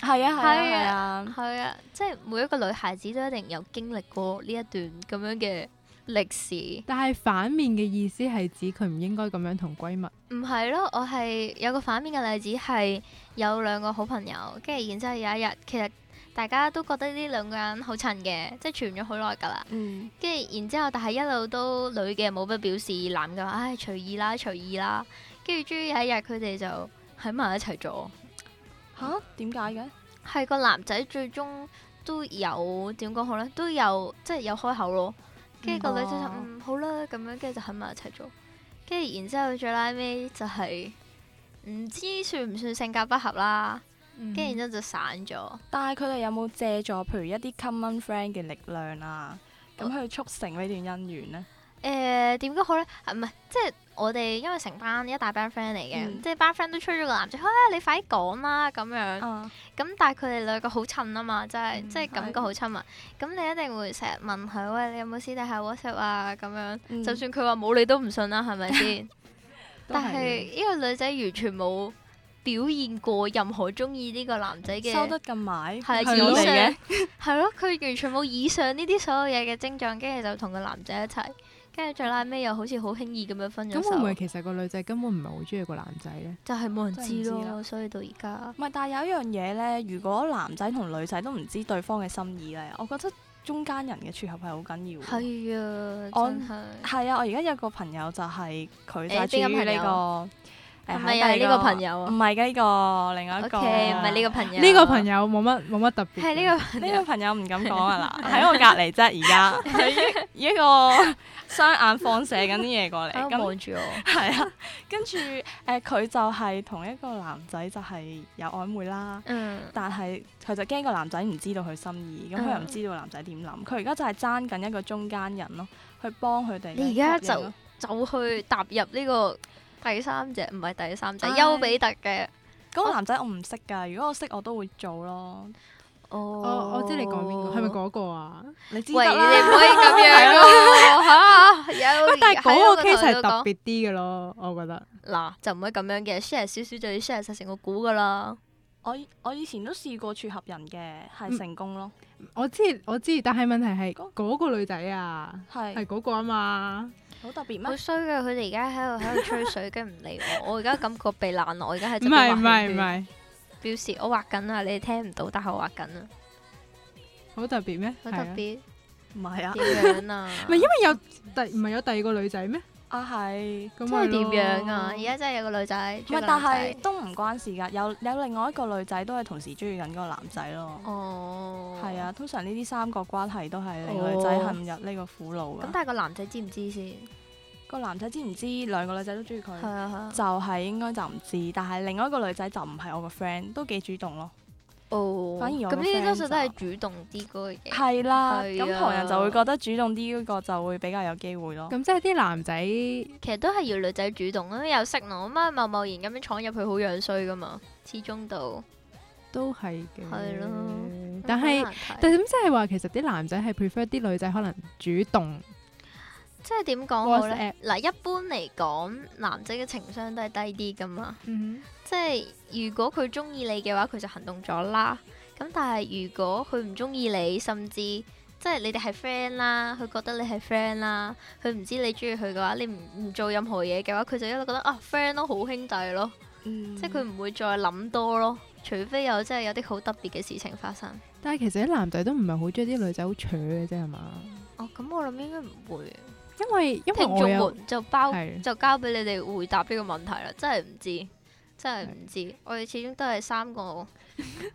Speaker 5: 啊係啊
Speaker 3: 係
Speaker 5: 係
Speaker 3: 啊
Speaker 5: 啊，
Speaker 3: 係啊，即係每一個女孩子都一定有經歷過呢一段咁樣嘅歷史。
Speaker 4: 但係反面嘅意思係指佢唔應該咁樣同閨蜜，
Speaker 3: 唔係咯，我係有個反面嘅例子係有兩個好朋友，跟住然之後有一日，其實大家都覺得呢兩個人好襯嘅，即係傳咗好耐㗎啦。
Speaker 5: 嗯，
Speaker 3: 跟住然之後，但係一路都女嘅冇乜表示，男嘅話唉隨意啦隨意啦。跟住終於有一日佢哋就喺埋一齊咗。
Speaker 5: 嚇點解嘅？
Speaker 3: 係個男仔最終都有點講好咧，都有即係有開口咯。跟住個女仔就
Speaker 5: 哦
Speaker 3: 嗯好啦咁樣，跟住就喺埋一齊做。跟住然之後最拉尾就係、嗯唔知算唔算性格不合啦，
Speaker 5: 嗯
Speaker 3: 跟住然之後就散咗。
Speaker 5: 但係佢哋有冇借助譬如一啲 common friend 嘅力量啊，咁去促成呢段姻緣呢？
Speaker 3: 誒點講好咧？啊唔係即係我哋因為成班一大班 friend 嚟嘅，
Speaker 5: 嗯
Speaker 3: 即係班 friend 都吹咗個男仔，啊你快啲講啦咁樣。
Speaker 5: 啊，
Speaker 3: 咁但係佢哋兩個好襯啊嘛，真係、即係感覺
Speaker 5: 係
Speaker 3: 好親密。咁你一定會成日問佢，喂，你有冇私底下 WhatsApp 啊？咁樣，
Speaker 5: 嗯
Speaker 3: 就算佢話冇，你都唔信啦，係咪先？
Speaker 4: 都
Speaker 3: 但係
Speaker 4: 係
Speaker 3: 呢個女仔完全冇表現過任何中意呢個男仔嘅，
Speaker 5: 收得咁埋，
Speaker 3: 係啊
Speaker 5: 似
Speaker 4: 以
Speaker 5: 我哋
Speaker 3: 上
Speaker 5: 嘅，
Speaker 3: 係咯，佢完全冇以上呢啲所有嘢嘅徵象，跟住就同個男仔一齊，跟住最拉尾又好似好輕易咁樣分咗
Speaker 4: 咁會唔
Speaker 3: 手，
Speaker 4: 會其實個女仔根本唔係好中意個男仔咧？
Speaker 3: 就係冇人
Speaker 5: 真係唔
Speaker 3: 知
Speaker 5: 知
Speaker 3: 咯。
Speaker 5: 啦
Speaker 3: 所以到而家，
Speaker 5: 唔係，但係有一樣嘢咧，如果男仔同女仔都唔知對方嘅心意咧，我覺得中間人嘅撮合係好緊要嘅。
Speaker 3: 係啊，
Speaker 5: 我
Speaker 3: 真係
Speaker 5: 係啊，我而家有個朋友就係佢就
Speaker 3: 誒
Speaker 5: 係處於
Speaker 3: 邊
Speaker 5: 呢
Speaker 3: 個
Speaker 5: 個
Speaker 3: 係
Speaker 5: 誒
Speaker 3: 咪又係呢個朋友啊
Speaker 5: 唔係嘅呢個另外一個啊
Speaker 3: OK，唔係呢個朋友，
Speaker 4: 呢個朋友冇乜冇乜特別，
Speaker 3: 係呢個朋
Speaker 5: 呢
Speaker 3: 友
Speaker 5: 個。朋友唔敢講啊嗱，喺我隔離啫而家，係一個雙眼放射緊啲嘢過嚟，
Speaker 3: 喺
Speaker 5: 咁
Speaker 3: 度望住我，
Speaker 5: 係啊，跟住誒佢就係同一個男仔就係有曖昧啦，
Speaker 3: 嗯，
Speaker 5: 但係佢就驚個男仔唔知道佢心意，咁佢又唔
Speaker 3: 嗯
Speaker 5: 知道個男仔點諗，佢而家就係爭緊一個中間人咯，去幫佢哋。
Speaker 3: 你而家就就去踏入呢個第三者，唔係第三者，
Speaker 5: 唉
Speaker 3: 丘比特嘅。
Speaker 5: 嗰個男仔我唔識㗎，如果我識我都會做咯，
Speaker 4: 哦我我知你講邊個，係咪嗰個啊？
Speaker 5: 你知
Speaker 3: 哦喂，
Speaker 5: 得
Speaker 3: 你唔
Speaker 5: 啦。
Speaker 3: 可以咁樣噶 嚇，有
Speaker 4: 喂啊但係嗰個
Speaker 3: 喺
Speaker 4: case
Speaker 3: 台
Speaker 4: 係
Speaker 3: 度
Speaker 4: 特
Speaker 3: 講
Speaker 4: 別啲嘅咯，我覺得。
Speaker 3: 嗱，就唔可以咁樣嘅，share 少少就要 share 晒成個股噶啦。
Speaker 5: 我以我以前都試過撮合人嘅，係
Speaker 4: 嗯
Speaker 5: 成功咯，
Speaker 4: 我知我知，但係問題係
Speaker 5: 嗰
Speaker 4: 嗰個女仔啊，係
Speaker 5: 係
Speaker 4: 嗰個啊嘛。
Speaker 5: 好特別
Speaker 3: 好
Speaker 5: 咩？
Speaker 3: 衰嘅，佢哋而家喺度喺度吹水，跟住唔理 我。我而家感覺被冷落，我而家喺側邊
Speaker 4: 唔係唔
Speaker 3: 畫
Speaker 4: 係
Speaker 3: 圈圈
Speaker 4: 唔係，
Speaker 3: 表示我畫緊啊，你哋聽唔到，但係我畫緊啊，
Speaker 4: 好特別咩？
Speaker 3: 好
Speaker 4: 係
Speaker 3: 特
Speaker 4: 啊。
Speaker 3: 別
Speaker 5: 唔係啊，
Speaker 3: 點樣啊？
Speaker 4: 唔係因為有第唔係有第二個女仔咩？
Speaker 5: 啊係。
Speaker 3: 真
Speaker 4: 咁
Speaker 3: 係點
Speaker 4: 點
Speaker 3: 樣啊？而家真係有個女仔，
Speaker 5: 唔
Speaker 3: 追
Speaker 5: 係，
Speaker 3: 個
Speaker 5: 但
Speaker 3: 男仔
Speaker 5: 係都唔關事㗎。有有另外一個女仔都係同時中意緊嗰個男仔咯。
Speaker 3: 哦，
Speaker 5: 係、啊，通常呢啲三角關係都係令女仔陷入呢個苦惱
Speaker 3: 咁
Speaker 5: 㗎。
Speaker 3: 但係個男仔知唔知先？
Speaker 5: 個男仔知唔知兩個女仔都中意
Speaker 3: 係
Speaker 5: 佢？
Speaker 3: 啊，
Speaker 5: 就係應該就唔知，但係另外一個女仔就唔係我個 friend，都幾主動咯。
Speaker 3: 哦，
Speaker 5: 反而我
Speaker 3: 咁
Speaker 5: 個
Speaker 3: 呢啲
Speaker 5: friend
Speaker 3: 多數都係
Speaker 5: 就
Speaker 3: 主動啲嗰個嘢。
Speaker 5: 係啦，
Speaker 3: 係啊
Speaker 5: 咁旁人就會覺得主動啲嗰個就會比較有機會咯。
Speaker 4: 咁即係啲男仔
Speaker 3: 其實都係要女仔主動啦，有識我咁啊，貿貿然咁樣闖入去好樣衰噶嘛，始終都
Speaker 4: 都係嘅。
Speaker 3: 係咯
Speaker 4: 但係
Speaker 3: 好難睇
Speaker 4: 但係咁即係話，其實啲男仔係 prefer 啲女仔可能主動。
Speaker 3: 即係點講好呢
Speaker 4: WhatsApp？
Speaker 3: 嗱，一般嚟講，男仔嘅情商都係低啲噶嘛。即係如果佢中意你嘅話，佢就行動咗啦。咁但係如果佢唔中意你，甚至即係你哋係 friend 啦，佢覺得你係 friend 啦，佢唔知你中意佢嘅話，你唔唔做任何嘢嘅話，佢就一路覺得啊 friend 咯，好兄弟咯。
Speaker 5: 嗯
Speaker 3: 即係佢唔會再諗多咯，除非有真係有啲好特別嘅事情發生。
Speaker 4: 但係其實啲男仔都唔係好中意啲女仔好扯嘅啫，係嘛？
Speaker 3: 哦，咁我諗應該唔會。
Speaker 4: 因為因為
Speaker 3: 聽
Speaker 4: 我
Speaker 3: 眾
Speaker 4: 有
Speaker 3: 們就包
Speaker 4: 係
Speaker 3: 就交俾你哋回答呢個問題啦，真係唔知，真係唔知。我哋始終都係三個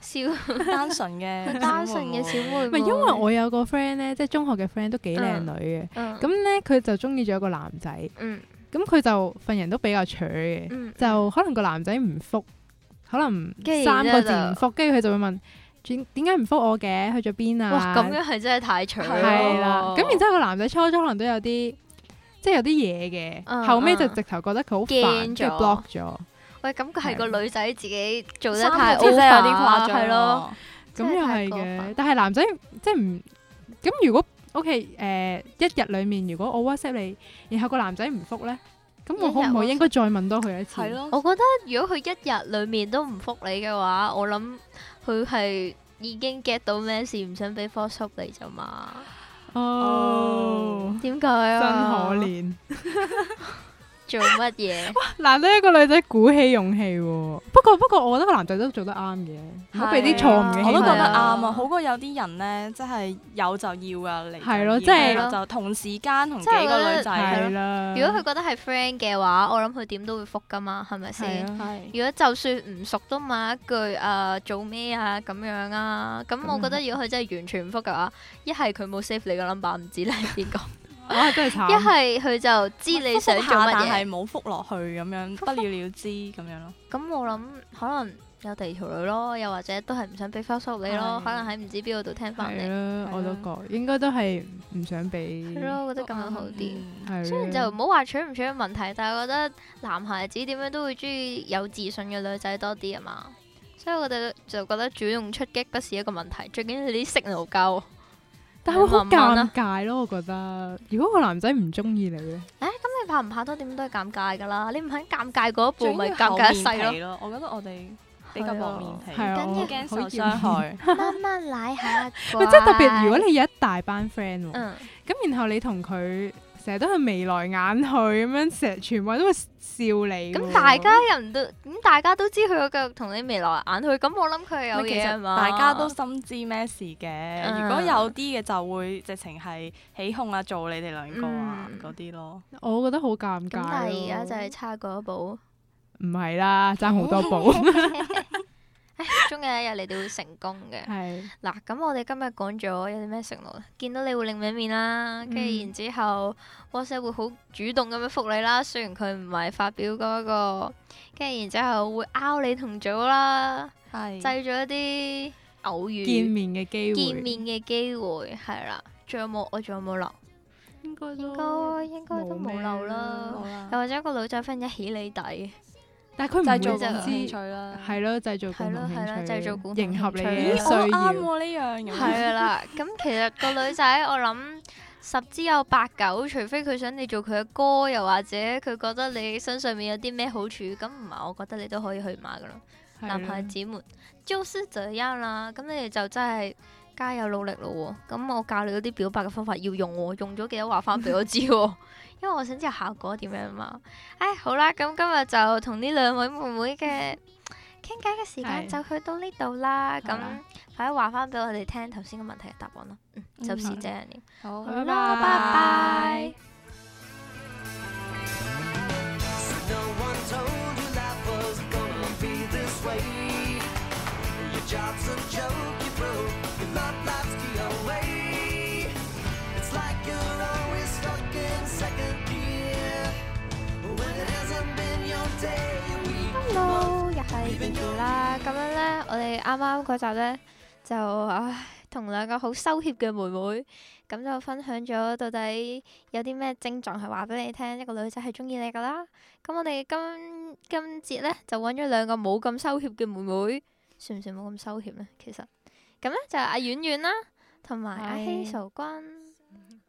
Speaker 3: 小
Speaker 5: 單純嘅
Speaker 3: 單純嘅小妹
Speaker 4: 唔
Speaker 3: 妹。
Speaker 4: 係因為我有個 friend 咧，即係中學嘅 friend 都幾靚女嘅。
Speaker 3: 嗯
Speaker 4: 咁咧佢就中意咗一個男仔，
Speaker 3: 嗯
Speaker 4: 咁佢就份人都比較扯嘅，
Speaker 3: 嗯
Speaker 4: 就可能個男仔唔覆，可能
Speaker 3: 跟住
Speaker 4: 三個字
Speaker 3: 然
Speaker 4: 唔
Speaker 3: 之
Speaker 4: 覆，跟住佢就會問轉點解唔覆我嘅？去咗邊啊？
Speaker 3: 哇咁樣哦係真係太長咯。
Speaker 4: 係啦。咁然之後個男仔初初可能都有啲即係有啲嘢嘅，
Speaker 3: 嗯
Speaker 4: 後尾就
Speaker 3: 嗯
Speaker 4: 直頭覺得佢好煩，
Speaker 3: 驚咗
Speaker 4: 跟住 block 咗。
Speaker 3: 喂，咁佢係
Speaker 4: 係
Speaker 3: 個女仔自己做得
Speaker 5: 三
Speaker 3: 太
Speaker 5: 個字真係有啲誇
Speaker 3: over，係
Speaker 5: 張啊
Speaker 3: 咯。
Speaker 5: 咯。
Speaker 4: 咁又係嘅，但係男仔即係唔咁。如果 OK 誒、一日裡面，如果我 WhatsApp 你，然後個男仔唔覆咧，咁我可唔可以
Speaker 3: 一日 WhatsApp
Speaker 4: 應該再問多佢一次？
Speaker 5: 係咯，
Speaker 3: 我覺得如果佢一日裏面都唔覆你嘅話，我諗佢係已經 get 到咩事，唔想俾 force up 你咋嘛？
Speaker 4: 哦，
Speaker 3: 點解
Speaker 4: 真
Speaker 3: 啊？
Speaker 4: 可！憐！
Speaker 3: 做乜嘢？啊
Speaker 4: 難得一個女仔鼓起勇氣喎。不過不過，我覺得個男仔都做得啱嘅，唔好俾啲錯誤嘅
Speaker 5: 我都
Speaker 4: 希
Speaker 5: 覺
Speaker 4: 望
Speaker 5: 得啱
Speaker 3: 係啊
Speaker 5: 啊，好過有啲人咧，即係有就要啊，嚟
Speaker 4: 係
Speaker 5: 係
Speaker 4: 咯
Speaker 5: 咯，
Speaker 4: 即係
Speaker 5: 就同時間同幾
Speaker 3: 即係我覺
Speaker 5: 個
Speaker 3: 得
Speaker 5: 女仔，
Speaker 4: 係啦。
Speaker 3: 如果佢覺得係 friend 嘅話，我諗佢點都會覆噶嘛，係咪
Speaker 4: 係
Speaker 3: 先？
Speaker 4: 啊
Speaker 5: 係
Speaker 3: 如果就算唔熟都問一句誒、呃做咩啊咁樣啊，咁我覺得如果佢真係完全唔覆嘅話，一係佢冇 save 你個 number，唔知你係邊個；
Speaker 4: 哇啊真係
Speaker 3: 一
Speaker 4: 慘，
Speaker 3: 係佢就知你想做乜
Speaker 5: 但
Speaker 3: 嘢
Speaker 5: 係。冇覆落去咁樣，不了了之咁樣咯。
Speaker 3: 咁我諗可能有第二條女咯，又或者都係唔想俾 f a s 你咯，
Speaker 5: 係
Speaker 3: 可能喺唔知邊度聽翻
Speaker 4: 係
Speaker 3: 嚟。
Speaker 4: 啦，
Speaker 5: 係
Speaker 4: 我都覺應該都係唔想俾
Speaker 3: 係咯，我覺得咁 樣好啲。
Speaker 5: 嗯
Speaker 4: 係
Speaker 3: 雖然就
Speaker 4: 啦
Speaker 3: 唔好話取唔取嘅問題，但係我覺得男孩子點樣都會中意有自信嘅女仔多啲啊嘛。所以我哋就覺得主動出擊不是一個問題，最緊要你啲 signal 夠。
Speaker 4: 但係會好
Speaker 3: 慢慢
Speaker 4: 尷
Speaker 3: 啦
Speaker 4: 尬咯，我覺得。如果個男仔唔中意你咧，
Speaker 3: 咁你怕唔怕都點都係尷尬㗎啦，你唔肯尷尬嗰一
Speaker 5: 最
Speaker 3: 步，
Speaker 5: 咪
Speaker 3: 咪
Speaker 5: 尷
Speaker 3: 尷尬
Speaker 5: 尬
Speaker 3: 一世咯。
Speaker 5: 世咯。我覺得我哋比較薄面皮，
Speaker 4: 係啊，
Speaker 3: 緊要
Speaker 4: 我
Speaker 5: 驚
Speaker 4: 好
Speaker 5: 受
Speaker 4: 厭
Speaker 5: 傷害。
Speaker 3: 慢慢奶下
Speaker 4: 喂，真係特別，如果你有一大班 friend 喎，咁、
Speaker 3: 嗯
Speaker 4: 然後你同佢成日都係眉來眼去咁樣，成日全部人都會笑你喎。
Speaker 3: 咁大家人都咁大家都知佢個腳同你眉來眼去，咁我諗佢係有
Speaker 5: 其
Speaker 3: 嘢係啊
Speaker 5: 實
Speaker 3: 嘛？
Speaker 5: 大家都心知咩事嘅，如果
Speaker 3: 嗯
Speaker 5: 有啲嘅就會直情係起哄啊，做你哋兩個啊
Speaker 3: 嗯
Speaker 5: 嗰啲咯。
Speaker 4: 我覺得好
Speaker 3: 咁，
Speaker 4: 尷尬。
Speaker 3: 但係而家就係差嗰一步。
Speaker 4: 啊哦
Speaker 3: 哦
Speaker 4: 唔係啦，爭好多步。
Speaker 3: 終有一日你哋會成功嘅。
Speaker 4: 係
Speaker 3: 嗱，咁我哋今日講咗有啲咩承諾咧？啊見到你會擰歪面啦，跟住然之後 WhatsApp 會好主動咁樣覆你啦。雖然佢唔係發表嗰、個，跟住然之後會 out 你同組啦，製
Speaker 5: 係
Speaker 3: 造一啲偶遇
Speaker 4: 見面嘅機會，
Speaker 3: 見面嘅機會係啦。仲有冇？我哦仲有冇留？
Speaker 4: 應該
Speaker 3: 應
Speaker 4: 都
Speaker 3: 該應該都冇
Speaker 4: 冇咩
Speaker 3: 留啦。
Speaker 5: 冇啦
Speaker 3: 又或者個女仔 friend 一起你底，
Speaker 4: 但係佢唔
Speaker 5: 製
Speaker 4: 會
Speaker 3: 就
Speaker 5: 造共同興
Speaker 4: 知
Speaker 5: 趣啦，
Speaker 4: 係咯，製造共
Speaker 3: 係咯
Speaker 4: 同
Speaker 3: 係咯
Speaker 4: 興趣，
Speaker 3: 製造共同
Speaker 4: 迎合你
Speaker 3: 興
Speaker 4: 嘅
Speaker 3: 趣
Speaker 5: 咦好
Speaker 4: 需
Speaker 5: 啱
Speaker 4: 要。
Speaker 5: 喎呢樣嘢，
Speaker 3: 係啊噶啦。咁其實個女仔，我諗十之有八九，除非佢想你做佢嘅歌，又或者佢覺得你身上面有啲咩好處，咁唔係，我覺得你都可以去買噶啦。
Speaker 4: 係啊
Speaker 3: 男孩
Speaker 4: 啦
Speaker 3: 子們就是這樣啦。咁你哋就真係加油努力咯喎。咁我教你嗰啲表白嘅方法要用喎，用咗幾多話翻俾我知 喎，因為我想知道效果點樣嘛。唉，好啦，咁今日就同呢兩位妹妹嘅傾偈嘅時間就
Speaker 4: 係
Speaker 3: 去到呢度啦。
Speaker 4: 好
Speaker 3: 咁
Speaker 4: 啦
Speaker 3: 快啲話翻俾我哋聽頭先嘅問題嘅答案啦。嗯，就是
Speaker 5: 好
Speaker 3: 這樣了。
Speaker 5: 好
Speaker 4: 拜
Speaker 3: 好拜拜。
Speaker 6: No one told you life was gonna be this way. Your job's a joke, you broke. Your love life's DOA. It's like you're always stuck in second gear. When it hasn't been your day, your week, your month,
Speaker 3: Hello，又係瑤瑤啦。咁樣呢，我哋啱啱嗰集呢，就唉，同兩個好羞怯嘅妹妹，咁就分享咗到底有啲咩症狀係話俾你聽，一個女仔係中意你噶啦。咁我哋今今節呢，就揾咗兩個冇咁羞怯嘅妹妹，算唔算冇咁羞怯呢？其實咁呢，就係阿婉婉啦，同埋阿希
Speaker 5: 係
Speaker 3: 韶君。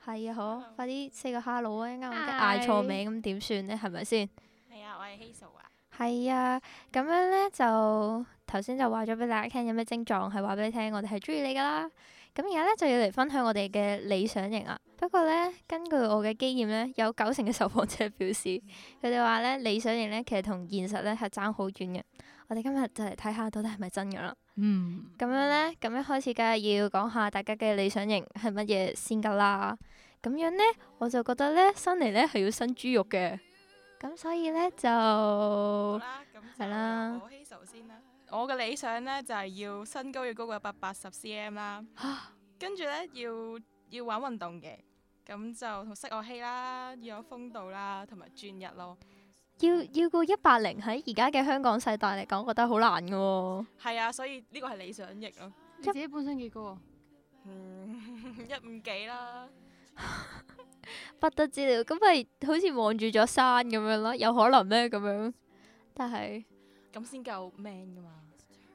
Speaker 3: 係啊，好，快啲 say 個 hello 啊！一啱我驚嗌錯名咁點算呢？係咪先？
Speaker 7: 係啊，我係希素啊。
Speaker 3: 係啊，咁樣咧就頭先就話咗俾大家聽有咩症狀，係話俾你聽，我哋係中意你噶啦。咁而家咧就要嚟分享我哋嘅理想型啊。不過咧，根據我嘅經驗咧，有九成嘅受訪者表示， 佢哋話咧理想型咧其實同現實咧係爭好遠嘅。我哋今日就嚟睇下到底係咪真噶啦。
Speaker 4: 嗯，
Speaker 3: 咁樣咧，咁一開始梗係要講下大家嘅理想型係乜嘢先㗎啦。咁樣咧，我就覺得咧，新嚟咧係要新豬肉嘅。咁所以咧
Speaker 7: 好
Speaker 3: 就
Speaker 7: 啦，咁就
Speaker 3: 係啦
Speaker 7: 由我希素先啦。我嘅理想咧就係要身高要高過一百八十 cm 啦，
Speaker 3: 啊
Speaker 7: 跟住咧要要玩運動嘅，咁就同識樂器啦，要有風度啦，同埋專一咯。
Speaker 3: 要要個一百零喺而家嘅香港世代嚟講，覺得好難嘅喎。
Speaker 7: 係啊，所以呢個係理想型咯。
Speaker 4: 你自己本身幾高啊？
Speaker 7: 嗯， 一五幾啦，
Speaker 3: 不得之了，咁咪好似望住咗山咁樣咯，有可能咩咁樣？但係
Speaker 7: 咁先夠 man 噶嘛。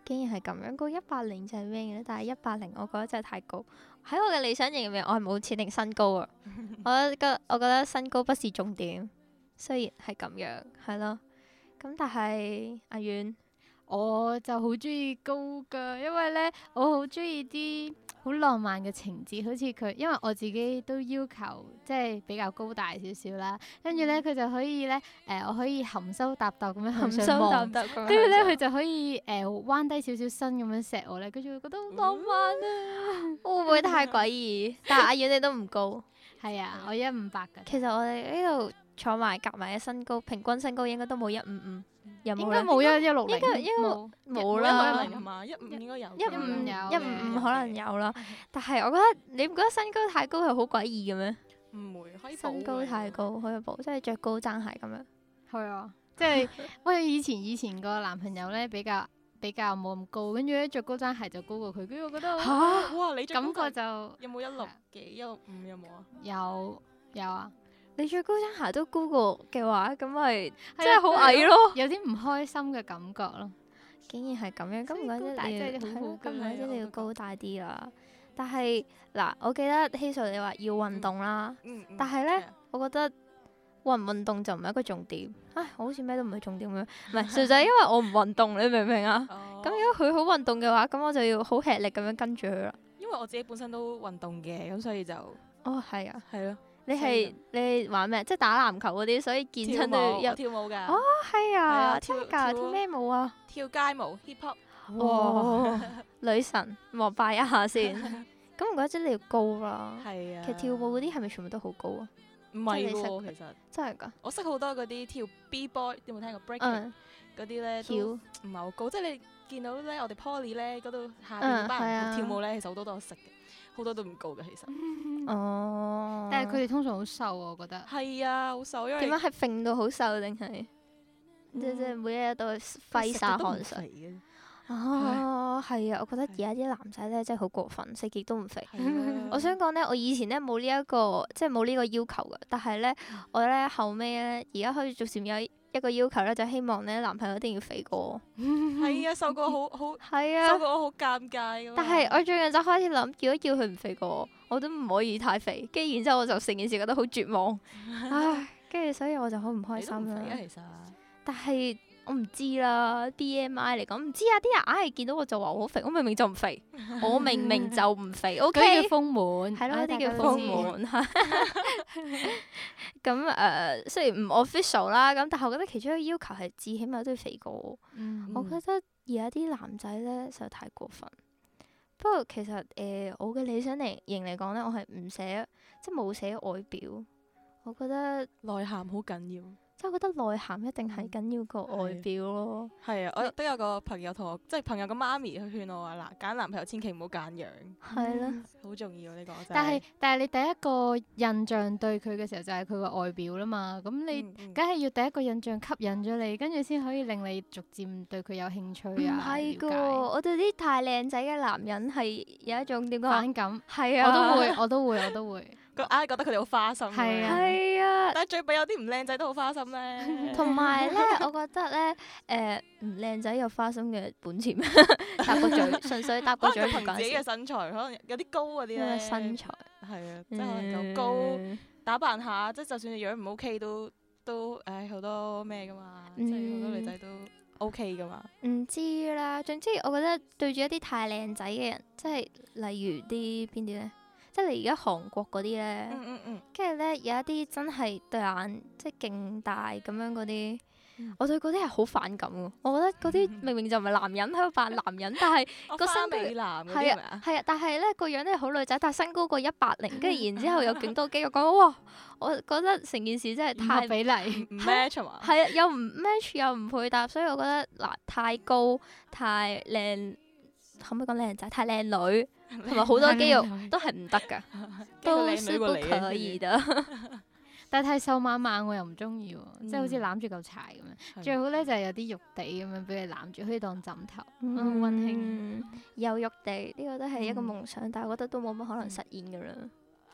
Speaker 3: 竟然係咁樣，個一百零就係咩嘅咧？但係一百零我覺得真係太高。喺我嘅理想型入面，我係冇設定身高 啊。我覺得我覺得身高不是重點，雖然係咁樣，係咯。咁但係阿遠
Speaker 8: 我就好中意高噶，因為咧我好中意啲好浪漫嘅情節，好似佢，因為我自己都要求即係比較高大少少啦，跟住咧佢就可以咧誒、呃我可以含羞答答咁樣
Speaker 3: 嗯含
Speaker 8: 含
Speaker 3: 羞
Speaker 8: 羞
Speaker 3: 答啊
Speaker 8: 答，
Speaker 3: 答咁樣，
Speaker 8: 跟住咧佢就可以誒彎低少少身咁樣錫我咧，跟住我覺得好浪漫啊！
Speaker 3: 會唔會太詭異？但係阿遠你都唔高。
Speaker 8: 係啊，我一五八㗎，
Speaker 3: 嗯其實我哋呢度坐埋夾埋嘅身高，平均身高應該都冇一五五，有
Speaker 8: 應
Speaker 3: 冇啊
Speaker 8: 該
Speaker 3: 咧？
Speaker 8: 冇一一六零，
Speaker 3: 應該應該
Speaker 8: 冇
Speaker 3: 冇
Speaker 7: 一
Speaker 3: 啦
Speaker 7: 五零，係嘛？一五應該有。
Speaker 3: 一
Speaker 8: 一五有
Speaker 3: 一五五
Speaker 8: 嘅
Speaker 3: 可能有啦。但係我覺得你唔覺得身高太高係好詭異嘅咩？
Speaker 7: 唔會，可以保
Speaker 3: 身高
Speaker 7: 護
Speaker 3: 太
Speaker 7: 嘅
Speaker 3: 高可以補，即係着高踭鞋咁樣。
Speaker 8: 係啊，即係我以前以前個男朋友咧比較比較冇咁高，跟住咧着高踭鞋就高過佢，跟住我覺得我
Speaker 7: 啊哇！你最
Speaker 8: 感
Speaker 7: 高就
Speaker 8: 覺就
Speaker 7: 有冇一
Speaker 3: 啊
Speaker 7: 六幾一六五有冇啊？
Speaker 8: 有有啊，
Speaker 3: 你着高踭鞋都高過嘅話，咁咪
Speaker 8: 啊
Speaker 3: 真係好矮， 咯。
Speaker 8: 有啲唔開心嘅感覺咯。
Speaker 3: 竟然係咁樣，咁
Speaker 8: 所以
Speaker 3: 唔怪之
Speaker 8: 高大
Speaker 3: 你要
Speaker 8: 真係好好
Speaker 3: 咁
Speaker 8: 㗎
Speaker 3: 唔怪之
Speaker 7: 係啊
Speaker 3: 你要
Speaker 7: 我都覺
Speaker 3: 高大啲啦。但係嗱，我記得希瑞你話要運動啦。
Speaker 7: 嗯，嗯
Speaker 3: 但係咧
Speaker 7: 係啊
Speaker 3: 我覺得運唔運動就唔係一個重點。唉，我好似咩都唔係重點咁樣，唔係純粹因為我唔運動，你明唔明啊？
Speaker 7: 哦
Speaker 3: 咁如果佢好運動嘅話，咁我就要好吃力咁樣跟住佢啦。
Speaker 7: 因為我自己本身都運動嘅，咁所以就
Speaker 3: 哦，係啊，
Speaker 7: 係咯，
Speaker 3: 你
Speaker 7: 所以
Speaker 3: 係你玩咩？即係打籃球嗰啲，所以健
Speaker 7: 跳
Speaker 3: 身都要
Speaker 5: 啊
Speaker 7: 舞我
Speaker 3: 入。
Speaker 7: 跳舞㗎，
Speaker 3: 哦係啊，
Speaker 7: 啊
Speaker 3: 真
Speaker 7: 跳
Speaker 3: 係㗎，
Speaker 7: 跳
Speaker 3: 跳
Speaker 7: 咯
Speaker 3: 咩舞啊？
Speaker 7: 跳街舞 hip hop，
Speaker 3: 哇！女神膜拜一下先。咁唔怪之你要高啦。
Speaker 7: 係啊，
Speaker 3: 其實跳舞嗰啲係咪全部都好高啊？
Speaker 7: 唔係
Speaker 3: 即係
Speaker 7: 喎，其實
Speaker 3: 真係㗎。
Speaker 7: 我識好多嗰啲跳 B boy，有冇聽過 breaking
Speaker 3: 嗯，
Speaker 7: 嗰啲咧？都
Speaker 3: 跳
Speaker 7: 唔係好高，即係你
Speaker 5: 見到咧，我哋 Poly 咧嗰度下邊
Speaker 3: 嗯
Speaker 5: 嗰班
Speaker 3: 係啊嗯
Speaker 5: 人跳舞咧，其實好多都有食嘅，好多都唔高嘅其實。
Speaker 3: 哦
Speaker 8: 但係佢哋通常好瘦啊，我覺得。
Speaker 5: 係啊，好瘦，因為
Speaker 3: 點解係揈到好瘦定係即
Speaker 5: 嗯
Speaker 3: 即係每一日都揮灑汗水？
Speaker 5: 水。
Speaker 3: 哦，係啊，我覺得而家啲男仔咧真係好過分，食極都唔肥。
Speaker 5: 係啊
Speaker 3: 嗯我想講咧，我以前咧冇呢一個，即係冇呢個要求嘅。但係咧，
Speaker 5: 嗯
Speaker 3: 我咧後尾咧，而家可以逐漸有一個要求咧，就希望咧男朋友一定要肥過我。
Speaker 5: 係啊，瘦過好好，
Speaker 3: 係
Speaker 5: 瘦
Speaker 3: 啊，
Speaker 5: 過我好尷尬㗎嘛
Speaker 3: 但係我最近就開始諗，如果要佢唔肥過我，我都唔可以太肥。跟住然之後我就成件事覺得好絕 望，唉，跟住所以我就好唔開
Speaker 5: 你都唔
Speaker 3: 心
Speaker 5: 肥啊
Speaker 3: 啦。
Speaker 5: 其實。
Speaker 3: 但係我唔知啦，BMI 嚟講唔知啊，啲人硬係見到我就話我好肥，我明明就唔肥，我明明就唔肥。O
Speaker 8: 嗰
Speaker 3: K，
Speaker 8: 啲叫豐滿，
Speaker 3: 係咯，呢
Speaker 8: 唉
Speaker 3: 嗯啊啲
Speaker 8: 大
Speaker 3: 叫
Speaker 8: 家都
Speaker 3: 豐
Speaker 8: 知
Speaker 3: 滿嚇。 咁誒、呃，雖然唔 official 啦，咁但係我覺得其中一個要求係至起碼都要肥過我。
Speaker 8: 嗯
Speaker 3: 我覺得而家啲男仔咧實在太過分。不過其實誒、呃我嘅理想嚟型嚟講咧，我係唔寫，即係冇寫外表。我覺得
Speaker 5: 內涵好緊要。
Speaker 3: 即係我覺得內涵一定
Speaker 8: 嗯
Speaker 3: 係緊要過外
Speaker 5: 係
Speaker 3: 表咯。
Speaker 5: 係啊，我都有個朋友同我，即係朋友嘅媽咪去勸我話嗱，揀男朋友千祈唔好揀樣，
Speaker 8: 嗯
Speaker 3: 係啦、
Speaker 5: 好重要呢個真係。
Speaker 8: 但係但係你第一個印象對佢嘅時候就係佢個外表啦嘛，咁你
Speaker 5: 嗯嗯
Speaker 8: 梗係要第一個印象吸引咗你，跟住先可以令你逐漸對佢有興趣
Speaker 3: 唔
Speaker 8: 啊，
Speaker 3: 係噶，
Speaker 8: 了解
Speaker 3: 我對啲太靚仔嘅男人係有一種點講啊？
Speaker 8: 反感，
Speaker 3: 係
Speaker 8: 我
Speaker 3: 啊，
Speaker 8: 都會，我都會，我都 會。
Speaker 5: 個唉覺得佢哋好花心咁樣。
Speaker 8: 係啊
Speaker 3: 係啊。
Speaker 5: 但係最弊有啲唔靚仔都好花心咧。
Speaker 3: 同埋咧，我覺得咧，誒唔靚仔有花心嘅本 錢，搭個嘴，純粹搭個
Speaker 5: 可
Speaker 3: 嘴
Speaker 5: 能
Speaker 3: 唔
Speaker 5: 憑
Speaker 3: 關
Speaker 5: 自己嘅
Speaker 3: 事。
Speaker 5: 身材，可能有啲高嗰啲
Speaker 3: 因為
Speaker 5: 咧，
Speaker 3: 身材，
Speaker 5: 係啊，即係可能夠高，
Speaker 3: 嗯
Speaker 5: 打扮下，即係就算你樣唔 OK 都都誒好多咩噶嘛，即係
Speaker 3: 嗯
Speaker 5: 好多女仔都 OK 噶嘛。
Speaker 3: 唔知啦。總之，我覺得對住一啲太靚仔嘅人，即係例如啲邊啲咧，即係你而家韓國嗰啲咧，
Speaker 5: 嗯嗯嗯，
Speaker 3: 跟住咧有一啲真係對眼即係勁大咁樣嗰啲
Speaker 5: 嗯，
Speaker 3: 我對嗰啲係好反感嘅。我覺得嗰啲明明就唔係男人喺度扮男人，但係
Speaker 5: 我
Speaker 3: 個
Speaker 5: 花
Speaker 3: 身
Speaker 5: 美男嗰啲
Speaker 3: 係
Speaker 5: 係咪
Speaker 3: 啊
Speaker 5: 啊，？
Speaker 3: 係啊，但係咧個樣咧好女仔，但係身高過一百零，跟住然之後有勁多肌肉，講哇，我覺得成件事真係
Speaker 8: 唔合
Speaker 3: 太
Speaker 8: 比例，
Speaker 5: 唔 match 嘛？
Speaker 3: 係啊，又唔 match 又唔配搭，所以我覺得嗱太高太靚，可唔可以講靚仔太靚女，同埋好多肌肉都係唔得㗎，都
Speaker 5: 跟住靚
Speaker 3: 是
Speaker 5: 女
Speaker 3: 不
Speaker 5: 過你啊
Speaker 3: 可以的。
Speaker 8: 但係太瘦蜢蜢我又唔中意喎，即係好似
Speaker 5: 嗯
Speaker 8: 攬住嚿柴咁樣。
Speaker 5: 係
Speaker 8: 最好咧就係有啲肉地咁樣俾你攬住，可以當枕頭。嗯
Speaker 3: 溫
Speaker 8: 溫馨
Speaker 3: 馨有肉地呢個都係一個
Speaker 5: 嗯
Speaker 3: 夢想，但係我覺得都冇乜可能實現㗎啦。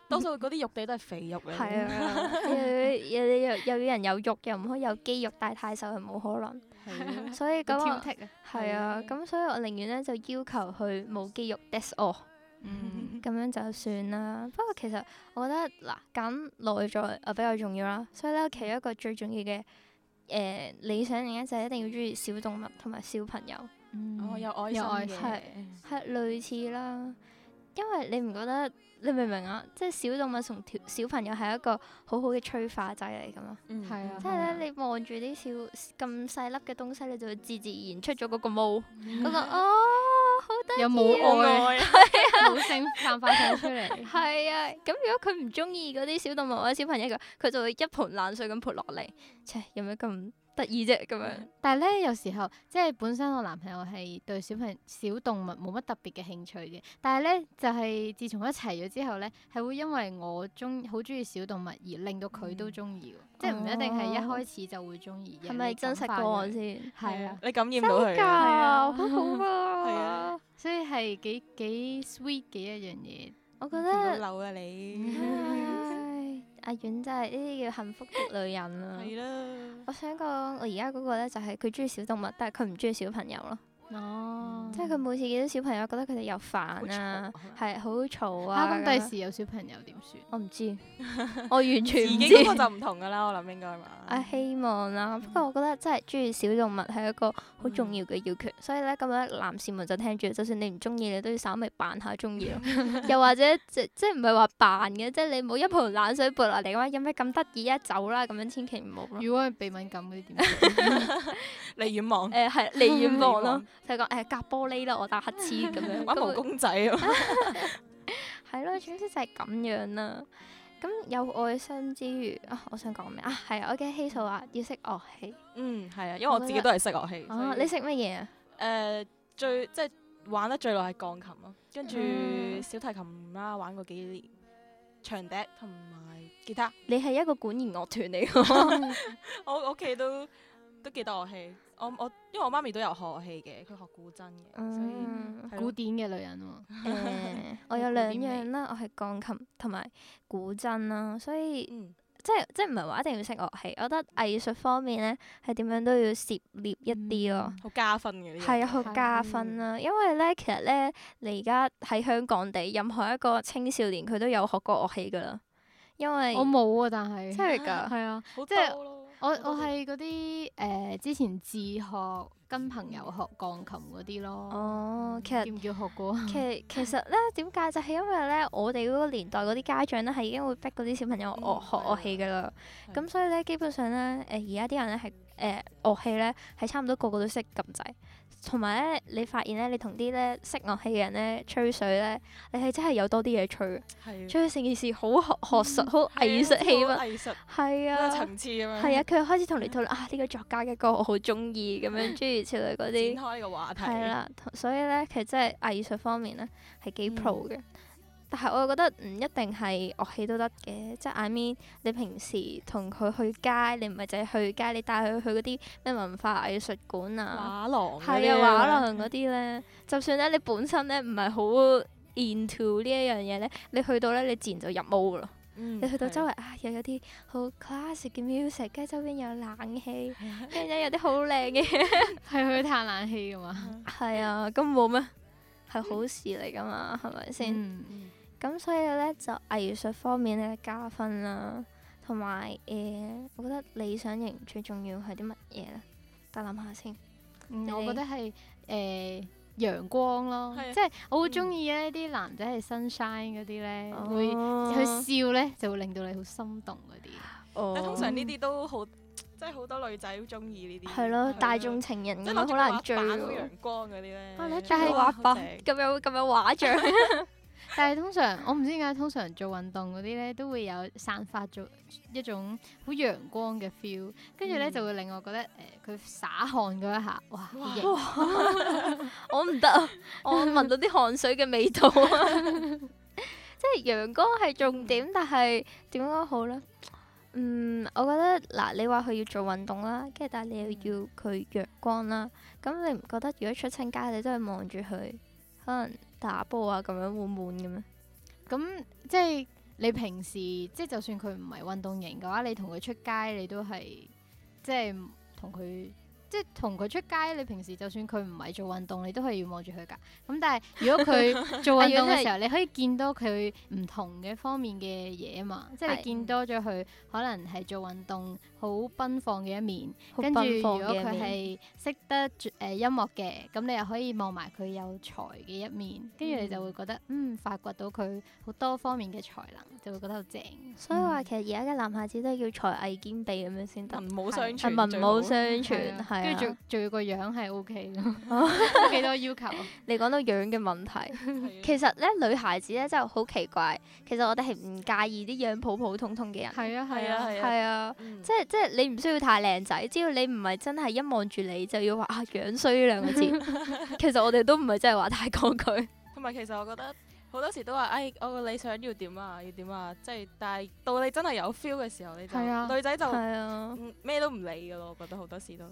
Speaker 5: 多數嗰啲肉地都係肥肉嚟。
Speaker 3: 係啊，又又又又要人有肉，又唔可以有肌肉，但係太瘦係冇可能。
Speaker 5: 係啊，
Speaker 3: 所以咁
Speaker 8: 挑
Speaker 3: 我
Speaker 8: 剔啊，
Speaker 3: 係啊，咁所以我寧願咧就要求佢冇肌肉，that's all，
Speaker 8: 嗯
Speaker 3: 咁樣就算啦。不過其實我覺得嗱，揀內在啊比較重要啦，所以咧其中一個最重要嘅誒、呃理想型咧就係一定要中意小動物同埋小朋友，
Speaker 8: 嗯
Speaker 5: 我有愛心
Speaker 8: 有愛
Speaker 5: 嘅，
Speaker 8: 心
Speaker 3: 係係類似啦。因為你唔覺得你明唔明啊？即係小動物同條小朋友係一個好好嘅催化劑嚟㗎嘛。
Speaker 5: 嗯
Speaker 8: 係啊
Speaker 3: 即係咧，你望住啲小咁細粒嘅東西，你就會自自然出咗嗰個毛，嗰個 哦，好得
Speaker 8: 有冇
Speaker 3: 意啊
Speaker 8: 愛， 冇性散發晒出嚟。
Speaker 3: 係啊，咁如果佢唔中意嗰啲小動物或者小朋友嘅，佢就會一盆冷水咁潑落嚟，切有咩咁得意啫咁樣。
Speaker 8: 但係咧，有時候即係本身我男朋友係對小朋小動物冇乜特別嘅興趣嘅，但係咧就係、自從一齊咗之後咧，係會因為我中好中意小動物而令到佢都中意喎，即係唔一定係一
Speaker 3: 哦
Speaker 8: 開始就會中意。
Speaker 3: 係咪真實個案
Speaker 8: 過？
Speaker 3: 先？
Speaker 8: 係 啊，
Speaker 5: 你感染
Speaker 3: 真
Speaker 5: 到
Speaker 3: 㗎，
Speaker 5: 佢
Speaker 3: 好
Speaker 5: 啊。
Speaker 8: 啊
Speaker 3: 好
Speaker 5: 係
Speaker 3: 啊
Speaker 5: 啊！
Speaker 8: 所以係幾幾 sweet 嘅一樣嘢。
Speaker 3: 我覺
Speaker 5: 見
Speaker 3: 得，
Speaker 5: 到漏啦你，
Speaker 3: 唉阿遠真係呢啲叫幸福的女人啊！
Speaker 5: 係啦，
Speaker 3: 我想講，我而家嗰個咧就係佢中意小動物，但係佢唔中意小朋友咯。
Speaker 8: 哦，
Speaker 3: 即係佢每次見到小朋友，覺得佢哋又煩啊，係好嘈啊。
Speaker 8: 啊咁
Speaker 3: 樣
Speaker 8: 第時有小朋友點算？
Speaker 3: 我唔 知，我完全
Speaker 5: 自
Speaker 3: 唔
Speaker 5: 己
Speaker 3: 知。
Speaker 5: 嗰個就唔同噶啦，我諗應該嘛。
Speaker 3: 啊， 希望啦。不過我覺得真係中意小動物係一個好
Speaker 8: 嗯
Speaker 3: 重要嘅要訣，所以咧咁樣男士們就聽住，就算你唔中意，你都要稍微扮下中意咯。 又或者即即唔係話扮嘅，即係你冇一盆冷水潑落嚟嘅話，有咩咁得意啊？走啦，咁樣千祈唔好咯。
Speaker 8: 如果係鼻敏感嗰啲點 算？
Speaker 5: 你遠望，
Speaker 3: 誒係離遠 望咯
Speaker 5: 離遠，
Speaker 3: 就係講誒隔玻璃啦，我打乞嗤咁樣。
Speaker 5: 玩
Speaker 3: 咁
Speaker 5: 毛
Speaker 3: 會
Speaker 5: 公仔啊！
Speaker 3: 係咯，總之就係咁樣啦。咁有愛心之餘啊，我想講咩啊？係啊，我嘅希數話要識樂器
Speaker 5: 嗯，係啊，因為我自己都係識樂器。
Speaker 3: 啊。你識乜嘢啊？
Speaker 5: 誒
Speaker 7: 呃最即係玩得最耐係鋼琴咯，跟住
Speaker 2: 嗯
Speaker 7: 小提琴啦，玩過幾年，長笛同埋吉 他。
Speaker 3: 你係一個管弦樂團嚟㗎，
Speaker 7: 我我屋企都都幾多樂器，我我因為我媽咪都有學樂器嘅，佢學古箏嘅，所以
Speaker 3: 嗯
Speaker 7: 係咯
Speaker 8: 古典嘅女人喎。
Speaker 3: 誒 我有兩樣啦，我係鋼琴同埋古箏啦，所以
Speaker 7: 嗯
Speaker 3: 即係即係唔係話一定要識樂器，我覺得藝術方面咧係點樣都要涉獵一啲咯。
Speaker 7: 好加分嘅呢樣。
Speaker 3: 係啊，好加分啦！因為咧，其實咧，你而家喺香港地，任何一個青少年佢都有學過樂器噶啦，因為
Speaker 8: 我冇啊，但係
Speaker 3: 真係㗎，
Speaker 8: 係啊，
Speaker 7: 好
Speaker 8: 即係
Speaker 7: 多咯
Speaker 8: 我
Speaker 7: 好多
Speaker 8: 我
Speaker 7: 都
Speaker 8: 係嗰啲誒之前自學跟朋友學鋼琴嗰啲咯。嗯
Speaker 3: 哦，其實
Speaker 8: 叫唔叫學過啊？
Speaker 3: 其其實咧點解就係、因為咧，我哋嗰個年代嗰啲家長咧係已經會逼嗰啲小朋友
Speaker 7: 嗯
Speaker 3: 樂學
Speaker 7: 係啊
Speaker 3: 樂器噶啦，
Speaker 7: 係
Speaker 3: 咁所以咧基本上咧誒而家啲人咧係誒樂器咧係差唔多個個都識咁滯，同埋咧你發現咧你同啲咧識樂器嘅人咧吹水咧，你係真係有多啲嘢吹嘅，
Speaker 7: 係
Speaker 3: 吹成件事好學學術好藝術氣
Speaker 7: 嗯啊，
Speaker 3: 氛，
Speaker 7: 藝術
Speaker 3: 係
Speaker 7: 好有
Speaker 3: 啊。
Speaker 7: 層次咁樣。
Speaker 3: 係啊，佢開始同你討論啊呢、個作家嘅歌我好中意咁 樣諸如此類嗰啲
Speaker 7: 展。開呢個話題。
Speaker 3: 係啦，同所以咧，其實真係藝術方面咧係幾
Speaker 7: 嗯
Speaker 3: pro 嘅。但係我又覺得唔一定係樂器都得嘅，即係 I mean 你平時同佢去街，你唔係淨係去街，你帶佢去嗰啲咩文化藝術館啊，
Speaker 7: 畫廊嗰
Speaker 3: 係
Speaker 7: 啲
Speaker 3: 啊畫
Speaker 7: 咁樣
Speaker 3: 廊嗰啲咧，就算咧你本身咧唔係好 into 呢一樣嘢咧，你去到咧你自然就入毛咯。
Speaker 7: 嗯
Speaker 3: 你去到周
Speaker 7: 係
Speaker 3: 圍啊，又有啲好 classic 嘅 music，跟住周邊有冷氣，跟住咧有啲好靚嘅。
Speaker 8: 係佢嘆冷 氣㗎嘛？
Speaker 7: 嗯
Speaker 3: 係啊，咁冇咩係好事嚟噶嘛，係咪先？咁、
Speaker 8: 嗯
Speaker 3: 所以咧就藝術方面咧加分啦，同埋誒，我覺得理想型最重要係啲乜嘢咧？等諗下先。
Speaker 8: 嗯
Speaker 3: 你
Speaker 8: 我覺得係誒陽光咯
Speaker 7: 係啊，
Speaker 8: 即係我會中意咧啲男仔係 sunshine 嗰啲咧，會佢
Speaker 3: 嗯哦
Speaker 8: 笑咧就會令到你好心動嗰啲。
Speaker 7: 但通常呢啲都好，即係好多女仔中意呢啲。啊
Speaker 3: 係咯，大眾情人
Speaker 7: 即
Speaker 3: 咁
Speaker 7: 係
Speaker 3: 樣好難追
Speaker 7: 好
Speaker 3: 喎。
Speaker 7: 陽光嗰啲咧。
Speaker 3: 啊你
Speaker 8: 但係
Speaker 7: 哇好
Speaker 3: 畫
Speaker 7: 正
Speaker 3: 咁有咁有畫像，
Speaker 8: 但係通常我唔知點解，通常做運動嗰啲咧都會有散發咗一種好陽光嘅 feel，跟住咧就會令我覺得誒佢灑汗嗰一下，哇！好型
Speaker 3: 我唔得 啊！我聞到啲汗水嘅味道啊！ 即係陽光係重點，但係點講好呢？嗯，我覺得嗱，你話佢要做運動啦，跟住但係
Speaker 7: 嗯
Speaker 3: 你又要佢陽光啦，咁你唔覺得如果出親街你都係望住佢，可能打波啊咁樣會悶嘅咩？
Speaker 8: 咁即係你平時即係就算佢唔係運動型嘅話，你同佢出街你都係即係同佢即係同佢出街，你平時就算佢唔係做運動，你都係要望住佢㗎。咁但係如果佢做運動嘅時候，你可以見到佢唔同嘅方面嘅嘢嘛，即係
Speaker 3: 係
Speaker 8: 你見多咗佢可能係做運動好奔放嘅一面。
Speaker 3: 好
Speaker 8: 跟住
Speaker 3: 奔
Speaker 8: 如
Speaker 3: 放
Speaker 8: 果
Speaker 3: 嘅
Speaker 8: 佢
Speaker 3: 面
Speaker 8: 係識得誒、呃音樂嘅，咁你又可以望埋佢有才嘅一面，跟住你就會覺得嗯發掘到佢好多方面嘅才能，就會覺得好嗯正。
Speaker 7: 嗯
Speaker 3: 所以話其實而家嘅男孩子都要才藝兼備咁樣先得，
Speaker 7: 文武相
Speaker 3: 啊
Speaker 7: 傳，
Speaker 3: 文武相
Speaker 8: 係
Speaker 3: 傳
Speaker 8: 啊
Speaker 3: 係
Speaker 8: 跟住
Speaker 3: 啊
Speaker 8: 仲。仲要個樣係 O K 咯，幾多要求啊。
Speaker 3: 你講到樣嘅問
Speaker 8: 嗯
Speaker 3: 題。
Speaker 7: 傳。
Speaker 3: 其實咧，女孩子咧真係好奇怪。其實我哋係唔介意啲樣普普通通嘅人，
Speaker 8: 係啊
Speaker 7: 係
Speaker 8: 係
Speaker 7: 啊
Speaker 8: 啊，
Speaker 7: 係啊，
Speaker 3: 係啊，
Speaker 7: 嗯
Speaker 3: 即係即係你唔需要太靚仔，只要你唔係真係一望住你就要話啊樣衰呢兩 個字。其實我哋都唔係真係話太抗拒，
Speaker 7: 同埋其實我覺得好多時都話，唉，我個理想要點啊，要點啊，即係但係到你真係有 feel 嘅時候，你就
Speaker 8: 係啊
Speaker 7: 女仔就
Speaker 3: 係啊。
Speaker 7: 嗯咩都唔理噶咯，我覺得好多時 都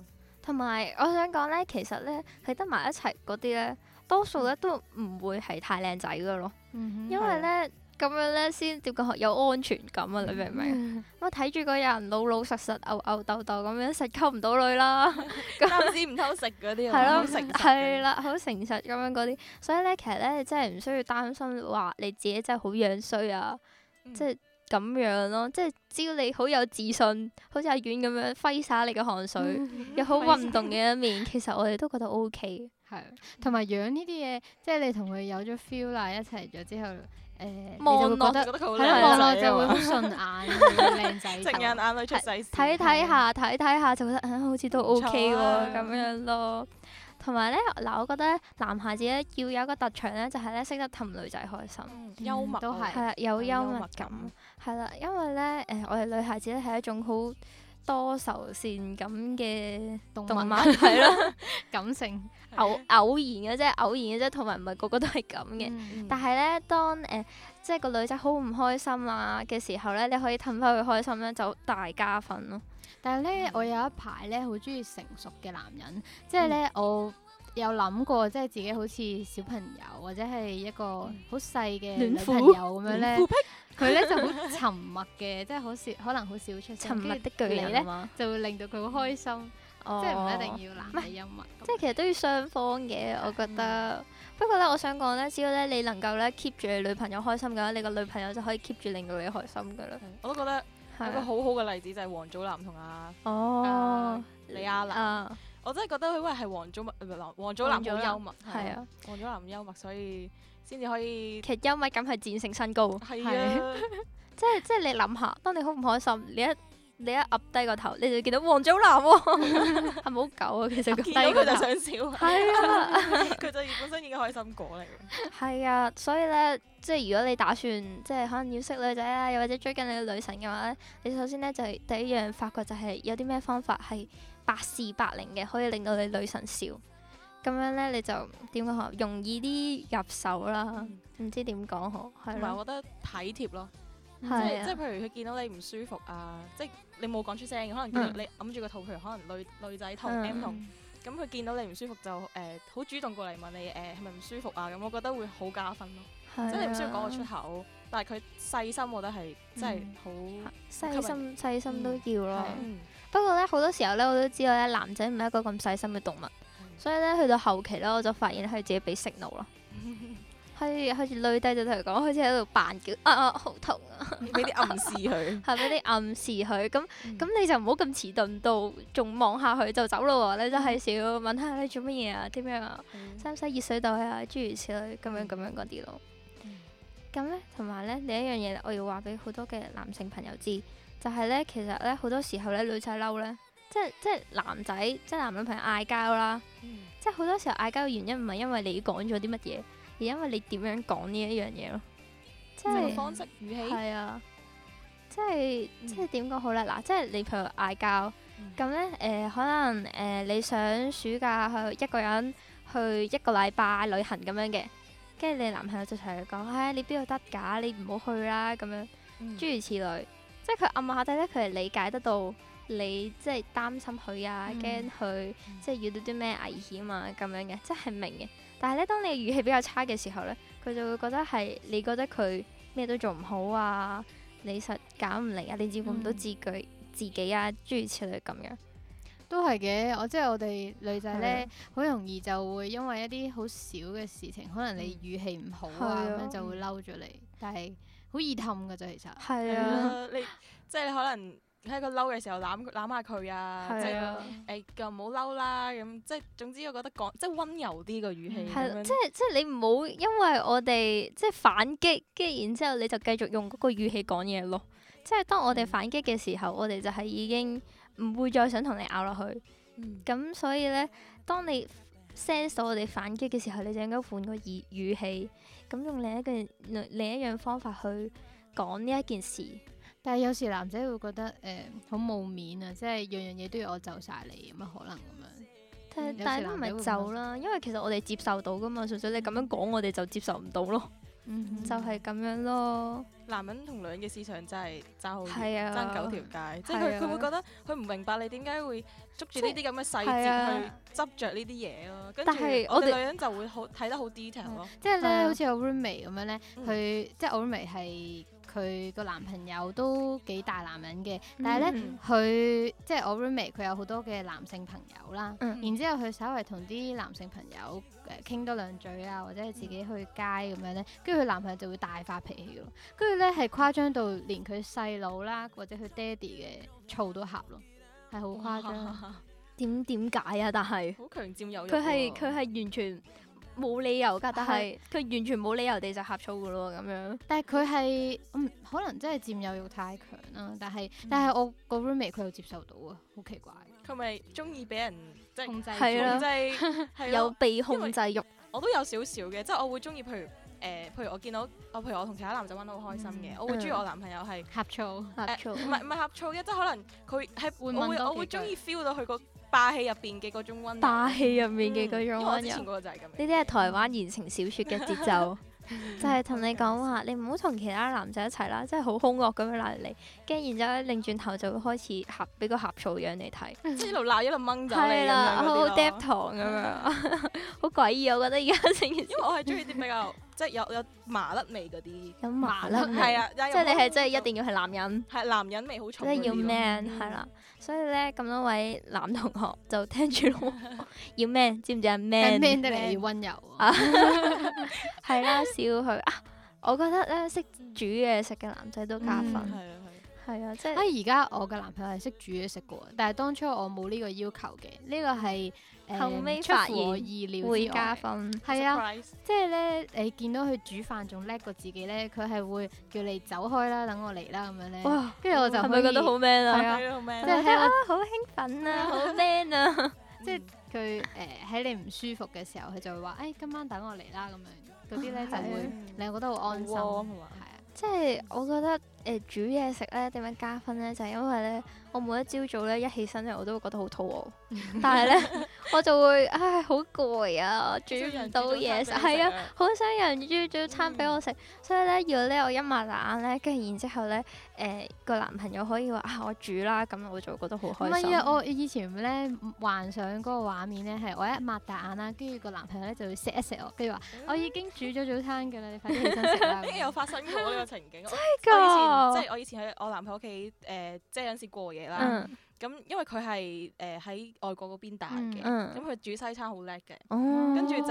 Speaker 3: 同埋我想講咧，其實咧喺得埋一齊嗰啲咧，多數咧都唔會係太靚仔噶咯，
Speaker 8: 嗯
Speaker 3: 因
Speaker 8: 哼
Speaker 3: 為咧咁樣咧先點講有安全感啊！你明唔明？
Speaker 7: 嗯
Speaker 3: 我睇住個人老老實實、牛牛豆豆咁樣，實溝唔到女 啦。
Speaker 7: 偷屎唔偷食嗰啲啊，
Speaker 3: 係
Speaker 7: 好
Speaker 3: 咯，
Speaker 7: 誠實
Speaker 3: 係
Speaker 7: 嘅
Speaker 3: 啦，好誠實咁樣嗰啲，所以咧，其實咧，你真係唔需要擔心話你自己真係好樣衰啊，
Speaker 7: 嗯
Speaker 3: 即係咁樣咯，即係只要你好有自信，好似阿婉咁樣揮灑你嘅汗水，
Speaker 7: 嗯
Speaker 3: 有好運動嘅一面，其實我哋都覺得 O K
Speaker 8: 係，啊同埋樣呢啲嘢，即係你同佢有咗 feel 啦，一齊咗之後，誒、你
Speaker 3: 望
Speaker 8: 就會
Speaker 3: 落
Speaker 8: 覺
Speaker 7: 我
Speaker 8: 得
Speaker 7: 覺得佢好啊
Speaker 8: 係
Speaker 7: 靚
Speaker 8: 啦，望落就
Speaker 7: 會
Speaker 8: 會好順眼，會靚仔
Speaker 7: 情
Speaker 8: 頭。
Speaker 5: 啊
Speaker 7: 人眼裏出細事，
Speaker 3: 睇睇下睇睇下就覺得啊好似都
Speaker 7: 嗯唔
Speaker 3: O
Speaker 7: 錯
Speaker 3: K
Speaker 7: 啊
Speaker 3: 喎咁樣咯。同埋咧，嗱，我覺得男孩子咧要有一個特長咧，就係咧識得氹女仔開心。
Speaker 7: 嗯幽默
Speaker 8: 都
Speaker 7: 啊嗯
Speaker 8: 係
Speaker 3: 係啦，有
Speaker 7: 幽
Speaker 3: 幽
Speaker 7: 默
Speaker 3: 默
Speaker 7: 感
Speaker 3: 感係啦，因為咧誒、我哋女孩子咧係一種好多愁善感嘅
Speaker 8: 動
Speaker 3: 動
Speaker 8: 物
Speaker 3: 物係 咯，
Speaker 8: 感性
Speaker 3: 偶偶然嘅啫，偶然嘅啫，同埋唔係個個都係咁
Speaker 7: 嗯
Speaker 3: 嘅。
Speaker 8: 嘅，
Speaker 3: 但係咧，當誒、呃即係個女仔好唔開心啊嘅時候咧，你可以氹翻佢開心咧，就大加分咯。
Speaker 8: 但係
Speaker 3: 嗯
Speaker 8: 咧，我有一排咧好中意成熟嘅男人，即係咧、我有諗過，即係自己好似小朋友或者係一個
Speaker 3: 嗯
Speaker 8: 好細嘅女
Speaker 4: 戀父
Speaker 8: 朋友咁樣咧，佢咧就好沉默嘅，即係好少，可能好少出聲，
Speaker 3: 沉默
Speaker 8: 跟住
Speaker 3: 的巨
Speaker 8: 你
Speaker 3: 人啊
Speaker 8: 咧
Speaker 3: 嘛，
Speaker 8: 就會令到佢好開心，
Speaker 3: 哦
Speaker 8: 即係唔一定要男嘅幽默。
Speaker 3: 即係其實都要嗯雙方嘅，我覺得。不過咧，我想講咧，只要咧你能夠咧 keep 住你女朋友開心嘅話，你個女朋友就可以 keep 住令到你開心噶啦。
Speaker 5: 我都覺得有個
Speaker 3: 係啊
Speaker 5: 好好嘅例子就係黃祖藍同阿
Speaker 3: 哦，
Speaker 5: 李亞男，
Speaker 3: 啊，
Speaker 5: 我真係覺得佢喂係黃祖唔係黃祖藍好幽默，
Speaker 3: 係，啊，
Speaker 5: 黃祖藍幽默，所以先至可以
Speaker 3: 其實幽默感係戰勝身高，
Speaker 5: 係 啊，
Speaker 3: 即係即係你諗下，當你好唔開心，你一你一揼低個頭，你就見到黃祖藍喎， 係咪好狗啊？其實
Speaker 5: 見到
Speaker 3: 低
Speaker 5: 佢
Speaker 3: 個
Speaker 5: 就
Speaker 3: 頭。
Speaker 5: 想笑，
Speaker 3: 係啊，
Speaker 5: 佢就本身已經開心果嚟嘅。
Speaker 3: 係啊，所以咧，即係如果你打算即係可能要識女仔啊，又或者追緊你嘅女神嘅話咧，你首先咧就係第一樣發覺就係有啲咩方法係百試百靈嘅，可以令到你女神笑。咁樣咧你就點講好？容易啲入手啦，
Speaker 5: 嗯
Speaker 3: 唔知點講好，係
Speaker 5: 同埋
Speaker 3: 咯，
Speaker 5: 我覺得體貼咯，即
Speaker 3: 係
Speaker 5: 係即係
Speaker 3: 啊，
Speaker 5: 譬如佢見到你唔舒服啊，即係你冇講出聲嘅，可能佢你揞住個肚，譬如可能女女仔痛
Speaker 3: 嗯
Speaker 5: M 痛，咁佢見到你唔舒服就誒好主動過嚟問你誒係咪唔舒服啊？咁我覺得會好加分咯，
Speaker 3: 係
Speaker 5: 即係你唔需要講
Speaker 3: 啊嗯
Speaker 5: 我出口，但係佢細心，我覺得係真係好
Speaker 3: 啊細
Speaker 5: 啊
Speaker 3: 心細心都要咯。
Speaker 5: 嗯
Speaker 3: 不過咧，好多時候咧，我都知道咧，男仔唔係一個咁細心嘅動物，所以咧去到後期咧，我就發現係自己俾 signal 啦，開始開始攣低咗同佢講，開始喺度扮叫啊啊好痛啊，。
Speaker 5: 俾啲暗示佢
Speaker 3: 係俾啲暗示佢，咁咁你就唔好咁遲鈍到，仲望下佢就走咯喎，你真係少問下你做乜嘢啊，點樣啊，使唔使熱水袋啊，諸如此類咁樣咁樣嗰啲咯。咁咧，同埋咧，另一樣嘢我要話俾好多嘅男性朋友知，就係咧，其實咧好多時候咧，女仔嬲咧，即係即係男仔即係男女朋友嗌交啦，即係好多時候嗌交嘅原因唔係因為你講咗啲乜嘢，而因為你點樣講呢一樣嘢咯，即
Speaker 5: 即
Speaker 3: 係
Speaker 5: 係。方式語氣，
Speaker 3: 係啊，嗯即係即係點講好咧？嗱，即係你譬如嗌交咁咧，誒可能誒你想暑假去一個人去一個禮拜旅行咁樣嘅，跟住你男朋友就同佢講：，唉，你邊度得㗎？你唔好去啦咁樣，諸如此類。即係佢暗下底咧，佢係理解得到你即係擔心佢啊，驚佢即係遇到啲咩危險啊咁樣嘅，即係明嘅。但係咧，當你嘅語氣比較差嘅時候咧，佢就會覺得係你覺得佢咩都做唔好啊，你實搞唔嚟啊，你照顧唔到自己、自己啊，諸如此類咁樣。
Speaker 8: 都係嘅，我即係我哋女仔
Speaker 3: 係啊
Speaker 8: 咧，好容易就會因為一啲好少嘅事情，可能你語氣唔好啊，
Speaker 3: 嗯係
Speaker 8: 咁
Speaker 3: 啊
Speaker 8: 樣就會嬲咗你，但係好易氹㗎啫，其實。
Speaker 3: 係
Speaker 5: 係
Speaker 3: 啊，
Speaker 5: 啊，你即係你可能喺佢嬲嘅時候攬佢攬下佢啊，即
Speaker 3: 係
Speaker 5: 係
Speaker 3: 啊，
Speaker 5: 誒又唔好嬲啦，咁即係總之我覺得講即係温柔啲個語氣咁
Speaker 3: 嗯係
Speaker 5: 樣，
Speaker 3: 即係即係你唔好因為我哋即係反擊，跟住然之後你就繼續用嗰個語氣講嘢咯。即係當我
Speaker 8: 嗯
Speaker 3: 哋反擊嘅時候，我哋就係已經唔會再想同你拗落去。
Speaker 8: 嗯
Speaker 3: 咁、所以咧，當你 sense 到我哋反擊嘅時候，你就應該換個語語氣，咁用另一個另一樣方法去講呢一件事。
Speaker 8: 但係有時男仔會覺得誒好冇面啊，即係樣樣嘢都要我就晒你咁啊，可能咁樣。
Speaker 3: 但
Speaker 8: 嗯有
Speaker 3: 但
Speaker 8: 時
Speaker 3: 係都唔
Speaker 8: 男仔
Speaker 3: 係
Speaker 8: 會咁樣
Speaker 3: 就啦，因為其實我哋接受到噶嘛，純粹你咁樣講，我哋就接受唔到咯，
Speaker 8: 嗯
Speaker 3: 就係咁樣咯。
Speaker 5: 男人同女人嘅思想真係爭好遠，
Speaker 3: 係啊，
Speaker 5: 爭九條街，即係
Speaker 3: 係
Speaker 5: 佢
Speaker 3: 啊
Speaker 5: 佢會覺得佢唔明白你點解會捉住呢啲咁嘅
Speaker 3: 係
Speaker 5: 細節
Speaker 3: 啊
Speaker 5: 去執着呢啲嘢咯，跟住
Speaker 3: 但係
Speaker 5: 我
Speaker 3: 我
Speaker 5: 哋
Speaker 3: 哋
Speaker 5: 女人就會好睇得好 detail 咯，
Speaker 8: 即係
Speaker 3: 係
Speaker 8: 咧，
Speaker 3: 啊
Speaker 8: 好似我 roommate 咁樣咧，
Speaker 5: 嗯
Speaker 8: 佢即係我 roommate 係佢個男朋友都幾大男人嘅，但係咧
Speaker 3: 嗯
Speaker 8: 佢即係我 roommate 佢有好多嘅男性朋友啦，
Speaker 3: 嗯
Speaker 8: 然之後佢稍微同啲男性朋友誒傾多兩嘴啊，或者係自己去街咁樣咧，跟住佢男朋友就會大發脾氣咯，跟住咧係誇張到連佢細佬啦或者佢爹哋嘅醋都呷咯，係好誇 張。
Speaker 3: 點點解啊？但係
Speaker 5: 好強佔有欲
Speaker 3: 佢
Speaker 5: 喎。
Speaker 3: 係佢係完全冇理由㗎，但係
Speaker 8: 係
Speaker 3: 佢完全冇理由地就呷醋噶咯咁樣。
Speaker 8: 但係佢係嗯可能真係佔有欲太強啦，但係、
Speaker 3: 嗯
Speaker 8: 但係我個 roommate 佢又接受到啊，好奇 怪，
Speaker 5: 佢咪中意俾人即 係
Speaker 8: 控制
Speaker 3: 係
Speaker 8: 係
Speaker 3: 啦
Speaker 5: 控制 係
Speaker 3: 有
Speaker 5: 咯，
Speaker 3: 被控制欲，
Speaker 5: 我都有少少嘅，即係我會中意譬如誒，譬如我見到我，譬如我同其他男仔玩得好開心嘅，我會
Speaker 3: 嗯
Speaker 5: 中意我男朋友係
Speaker 8: 呷醋，
Speaker 3: 呷
Speaker 5: 誒
Speaker 3: 醋
Speaker 5: 唔係唔係呷醋嘅，即係可能佢係
Speaker 8: 換
Speaker 5: 我
Speaker 8: 問
Speaker 5: 會
Speaker 8: 多
Speaker 5: 我會
Speaker 8: 幾句
Speaker 5: 中意 feel 到佢個霸氣入邊嘅嗰種温柔。
Speaker 3: 霸氣入面嘅
Speaker 5: 呃嗯
Speaker 3: 嗰種
Speaker 5: 因為我
Speaker 3: 温
Speaker 5: 之前
Speaker 3: 柔，
Speaker 5: 嗰個就係咁
Speaker 3: 呢
Speaker 5: 樣。
Speaker 3: 啲係台灣言情小説嘅節 奏，
Speaker 5: 嗯
Speaker 3: 就係同你講話，你唔好同其他男仔一齊啦，真係好兇惡咁樣鬧你，跟住然之後擰轉頭就會開始呷俾個呷醋樣你 睇，
Speaker 5: 即係一路鬧一路掹走你
Speaker 3: 係
Speaker 5: 咁
Speaker 3: 啦，
Speaker 5: 樣嗰啲
Speaker 3: 好
Speaker 5: 咯
Speaker 3: d e 糖咁樣， 好詭異，我覺得而家成件事
Speaker 5: 因為我係中意啲比較即係有有麻甩味嗰啲，
Speaker 3: 有麻甩
Speaker 8: 麻甩
Speaker 3: 味
Speaker 5: 係啊，即
Speaker 3: 即係你係真係一定要係男人，
Speaker 5: 係男人味好
Speaker 3: 即
Speaker 5: 重嗰啲
Speaker 3: 係
Speaker 5: 咯，
Speaker 3: 要 man
Speaker 8: 嗯
Speaker 3: 係啦。所以咧，咁多位男同學就聽住咯， 要 man 知唔知啊
Speaker 8: 但
Speaker 3: man
Speaker 8: man 得嚟要温柔喎。
Speaker 3: 啊， 係啦，笑佢啊！我覺得咧識煮嘢食嘅男仔都加分，
Speaker 5: 係啊
Speaker 8: 嗯
Speaker 5: 係啊。
Speaker 3: 係啊，即
Speaker 8: 啊！
Speaker 3: 係
Speaker 8: 而家我嘅男朋友係識煮嘢食嘅喎，但係當初我冇呢個要求嘅，呢、個係誒
Speaker 3: 後尾
Speaker 8: 出
Speaker 3: 發
Speaker 8: 乎我
Speaker 3: 現
Speaker 8: 意料之
Speaker 3: 會加
Speaker 8: 外。
Speaker 3: 分。
Speaker 8: 係啊，
Speaker 5: Surprise
Speaker 8: 即係咧，誒見到佢煮飯仲叻過自己咧，佢係會叫你走開啦，等我嚟啦咁樣咧。
Speaker 3: 哇！
Speaker 8: 跟住我就
Speaker 3: 係
Speaker 8: 可
Speaker 3: 咪
Speaker 8: 以
Speaker 3: 覺得好 man
Speaker 8: 係
Speaker 3: 啊？
Speaker 8: 啊
Speaker 5: 係啊，man
Speaker 8: 即 係
Speaker 3: 啊
Speaker 8: 喺，
Speaker 3: 好興奮啊，好 man 啊！
Speaker 8: 即係佢誒喺你唔舒服嘅時候，佢就會話：誒、哎今晚等我嚟啦咁樣。嗰啲咧就
Speaker 5: 嗯
Speaker 8: 會你覺得好安心，
Speaker 5: 好 warm
Speaker 8: 係
Speaker 5: 啊
Speaker 8: 啊，
Speaker 3: 即係我覺得誒、呃煮嘢食咧點樣加分咧，就係、因為咧我每一朝早咧一起身咧我都會覺得好肚 餓，但係咧我就會唉好攰啊，我煮
Speaker 5: 即係有
Speaker 3: 唔
Speaker 5: 人
Speaker 3: 到嘢食，
Speaker 5: 煮早餐俾你
Speaker 3: 係啊。
Speaker 5: 啊，嗯
Speaker 3: 好想有人煮早餐俾我食，所以咧要咧我一擘大眼咧，跟住然之後咧，誒、個男朋友可以話啊我煮啦，咁我就會覺得好
Speaker 8: 唔
Speaker 3: 開心。
Speaker 8: 係啊！我以前咧幻想嗰個畫面咧，係我一擘大眼啦，跟住個男朋友咧就會錫一錫我，跟住話：我已經煮咗早餐㗎啦，你快啲起身食啦。
Speaker 5: 已
Speaker 3: 哎
Speaker 5: 經有發生過呢個情景。
Speaker 3: 㗎
Speaker 5: 我以前即係我以前喺我男朋友屋企誒，即係有陣時過夜啦。
Speaker 3: 嗯
Speaker 5: 咁因為佢係誒喺外國嗰邊大嘅，
Speaker 3: 嗯
Speaker 5: 咁佢煮西餐好叻嘅。
Speaker 3: 哦，
Speaker 5: 跟住就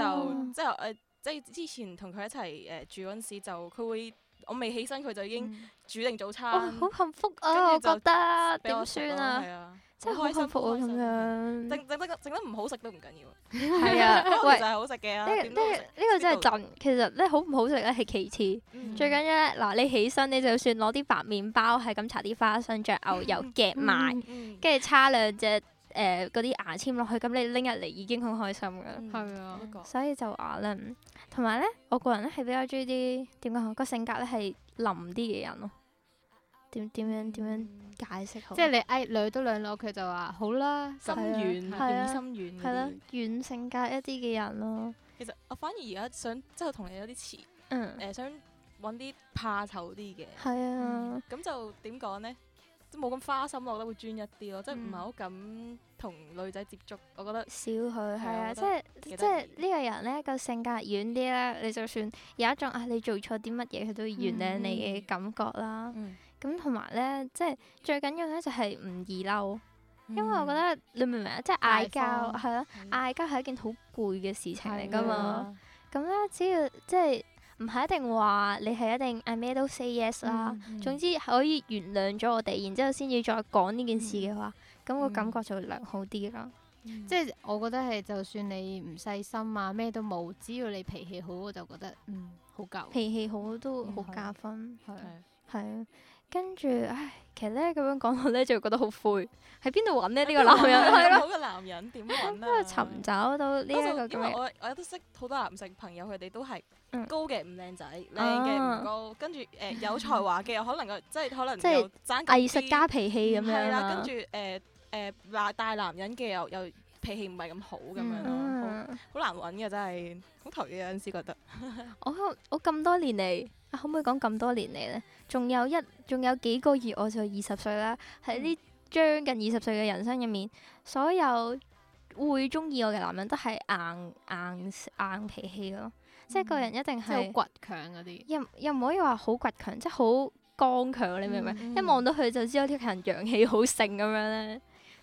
Speaker 5: 即係誒，即係之前同佢一齊誒住嗰陣時，就佢會我未起身，佢就已經煮定早
Speaker 3: 嗯哇
Speaker 5: 餐，
Speaker 3: 好幸福
Speaker 5: 跟
Speaker 3: 啊！
Speaker 5: 住
Speaker 3: 我覺
Speaker 5: 就
Speaker 3: 得
Speaker 5: 俾我
Speaker 3: 點
Speaker 5: 食
Speaker 3: 算
Speaker 5: 咯
Speaker 3: 啊
Speaker 5: 係，啊，
Speaker 3: 真係好
Speaker 5: 開心
Speaker 3: 幸福
Speaker 5: 好
Speaker 3: 啊
Speaker 5: 開
Speaker 3: 咁
Speaker 5: 心
Speaker 3: 樣。
Speaker 5: 整整得整得唔好食都唔緊要，
Speaker 3: 係啊，
Speaker 5: 不過
Speaker 3: 喂
Speaker 5: 其實，係好食嘅啊，
Speaker 3: 呢個
Speaker 5: 點
Speaker 3: 呢
Speaker 5: 都好
Speaker 3: 個
Speaker 5: 食
Speaker 3: 呢個真係
Speaker 5: 邊度
Speaker 3: 真，其實咧好唔好食咧係其次。
Speaker 5: 嗯
Speaker 3: 最緊要咧，嗱你起身你就算攞啲白麵包，係咁搽啲花生醬、牛油夾埋，
Speaker 5: 嗯
Speaker 3: 跟住叉兩隻誒嗰啲牙籤落去，咁你拎入嚟已經好開心噶啦。
Speaker 5: 嗯
Speaker 8: 係啊
Speaker 5: 冇得講
Speaker 3: 所以就話咧，嗯同埋咧，我個人咧係比較中意啲點講好個性格咧係冧啲嘅人咯。點點樣
Speaker 5: 嗯
Speaker 3: 點樣解釋好？
Speaker 8: 即係你哎兩都兩攞，佢就話好啦，
Speaker 5: 心
Speaker 3: 係啊
Speaker 5: 軟，
Speaker 3: 係啊
Speaker 5: 用心軟
Speaker 3: 係
Speaker 5: 嗰
Speaker 3: 啦
Speaker 5: 啲。，
Speaker 3: 軟性格一啲嘅人咯。
Speaker 5: 其實我反而而家想即係同你有啲似，誒、
Speaker 3: 嗯，
Speaker 5: 想揾啲怕醜啲嘅，
Speaker 3: 係啊，
Speaker 5: 咁就點講呢？即冇咁花心，我覺得會專一啲咯，即係
Speaker 3: 嗯
Speaker 5: 唔係好敢同女仔接觸。我覺得
Speaker 3: 少佢係啊，
Speaker 5: 我
Speaker 3: 即
Speaker 5: 覺
Speaker 3: 係
Speaker 5: 得
Speaker 3: 即
Speaker 5: 幾得
Speaker 3: 係
Speaker 5: 意
Speaker 3: 呢個人咧個性格軟啲咧，你就算有一種啊你做錯啲乜嘢，佢都會原諒你嘅感覺啦。
Speaker 5: 嗯，
Speaker 3: 咁同埋咧，即係最緊要咧就係唔易嬲。因為我覺得你明唔明啊？即係嗌交
Speaker 8: 大方
Speaker 3: 係咯，
Speaker 5: 嗯啊
Speaker 3: 嗌交係一件好攰嘅事情嚟
Speaker 8: 㗎
Speaker 3: 㗎嘛。，
Speaker 8: 啊
Speaker 3: 咁咧，只要即係唔係一定話你係一定係咩都 say yes 啦。
Speaker 5: 嗯
Speaker 8: 嗯
Speaker 3: 總之可以原諒咗我哋，然之後先至再講呢件事嘅話，咁、
Speaker 5: 嗯
Speaker 3: 個感覺就會良好啲啦。
Speaker 8: 即係我覺得係，就算你唔細心啊，咩都冇，只要你脾氣好，我就覺得嗯好夠。
Speaker 3: 脾氣好都
Speaker 8: 嗯
Speaker 3: 好
Speaker 8: 係
Speaker 3: 加分，
Speaker 8: 係
Speaker 5: 係
Speaker 3: 係啊。跟住，唉，其實咧咁樣講到咧，就會覺得好灰。喺邊度揾呢？呢、個
Speaker 5: 男
Speaker 3: 男 人係咯，
Speaker 5: 好嘅男人點揾
Speaker 3: 喺
Speaker 5: 啊？
Speaker 3: 度尋找到呢一
Speaker 5: 多數
Speaker 3: 個咁
Speaker 5: 因為
Speaker 3: 嘅
Speaker 5: 我我都識好多男性朋友，佢哋都係
Speaker 3: 嗯啊
Speaker 5: 高嘅唔靚仔，靚嘅唔高，跟住誒有才華嘅又可能個即係可能
Speaker 3: 即係
Speaker 5: 又爭咁
Speaker 3: 藝術
Speaker 5: 啲
Speaker 3: 家脾氣咁樣
Speaker 5: 嗯
Speaker 3: 啊
Speaker 5: 係啦，
Speaker 3: 啦。
Speaker 5: 跟住誒誒嗱大男人嘅又又脾氣唔係咁好咁樣咯，
Speaker 3: 嗯
Speaker 5: 好好難揾嘅真係，好頭嘅有陣時覺得
Speaker 3: 我我咁多年嚟，啊可唔可以講咁多年嚟咧？仲有一仲有幾個月我就二十歲啦，喺呢將近二十歲嘅人生入面，所有會中意我嘅男人都係硬硬硬脾氣咯，即係個人一定
Speaker 8: 即係
Speaker 3: 係
Speaker 8: 好倔強嗰啲。
Speaker 3: 又又唔可以話好倔強，即係好剛強，你明唔
Speaker 8: 嗯
Speaker 3: 明？一望到佢就知道呢個人陽氣好盛咁樣咧，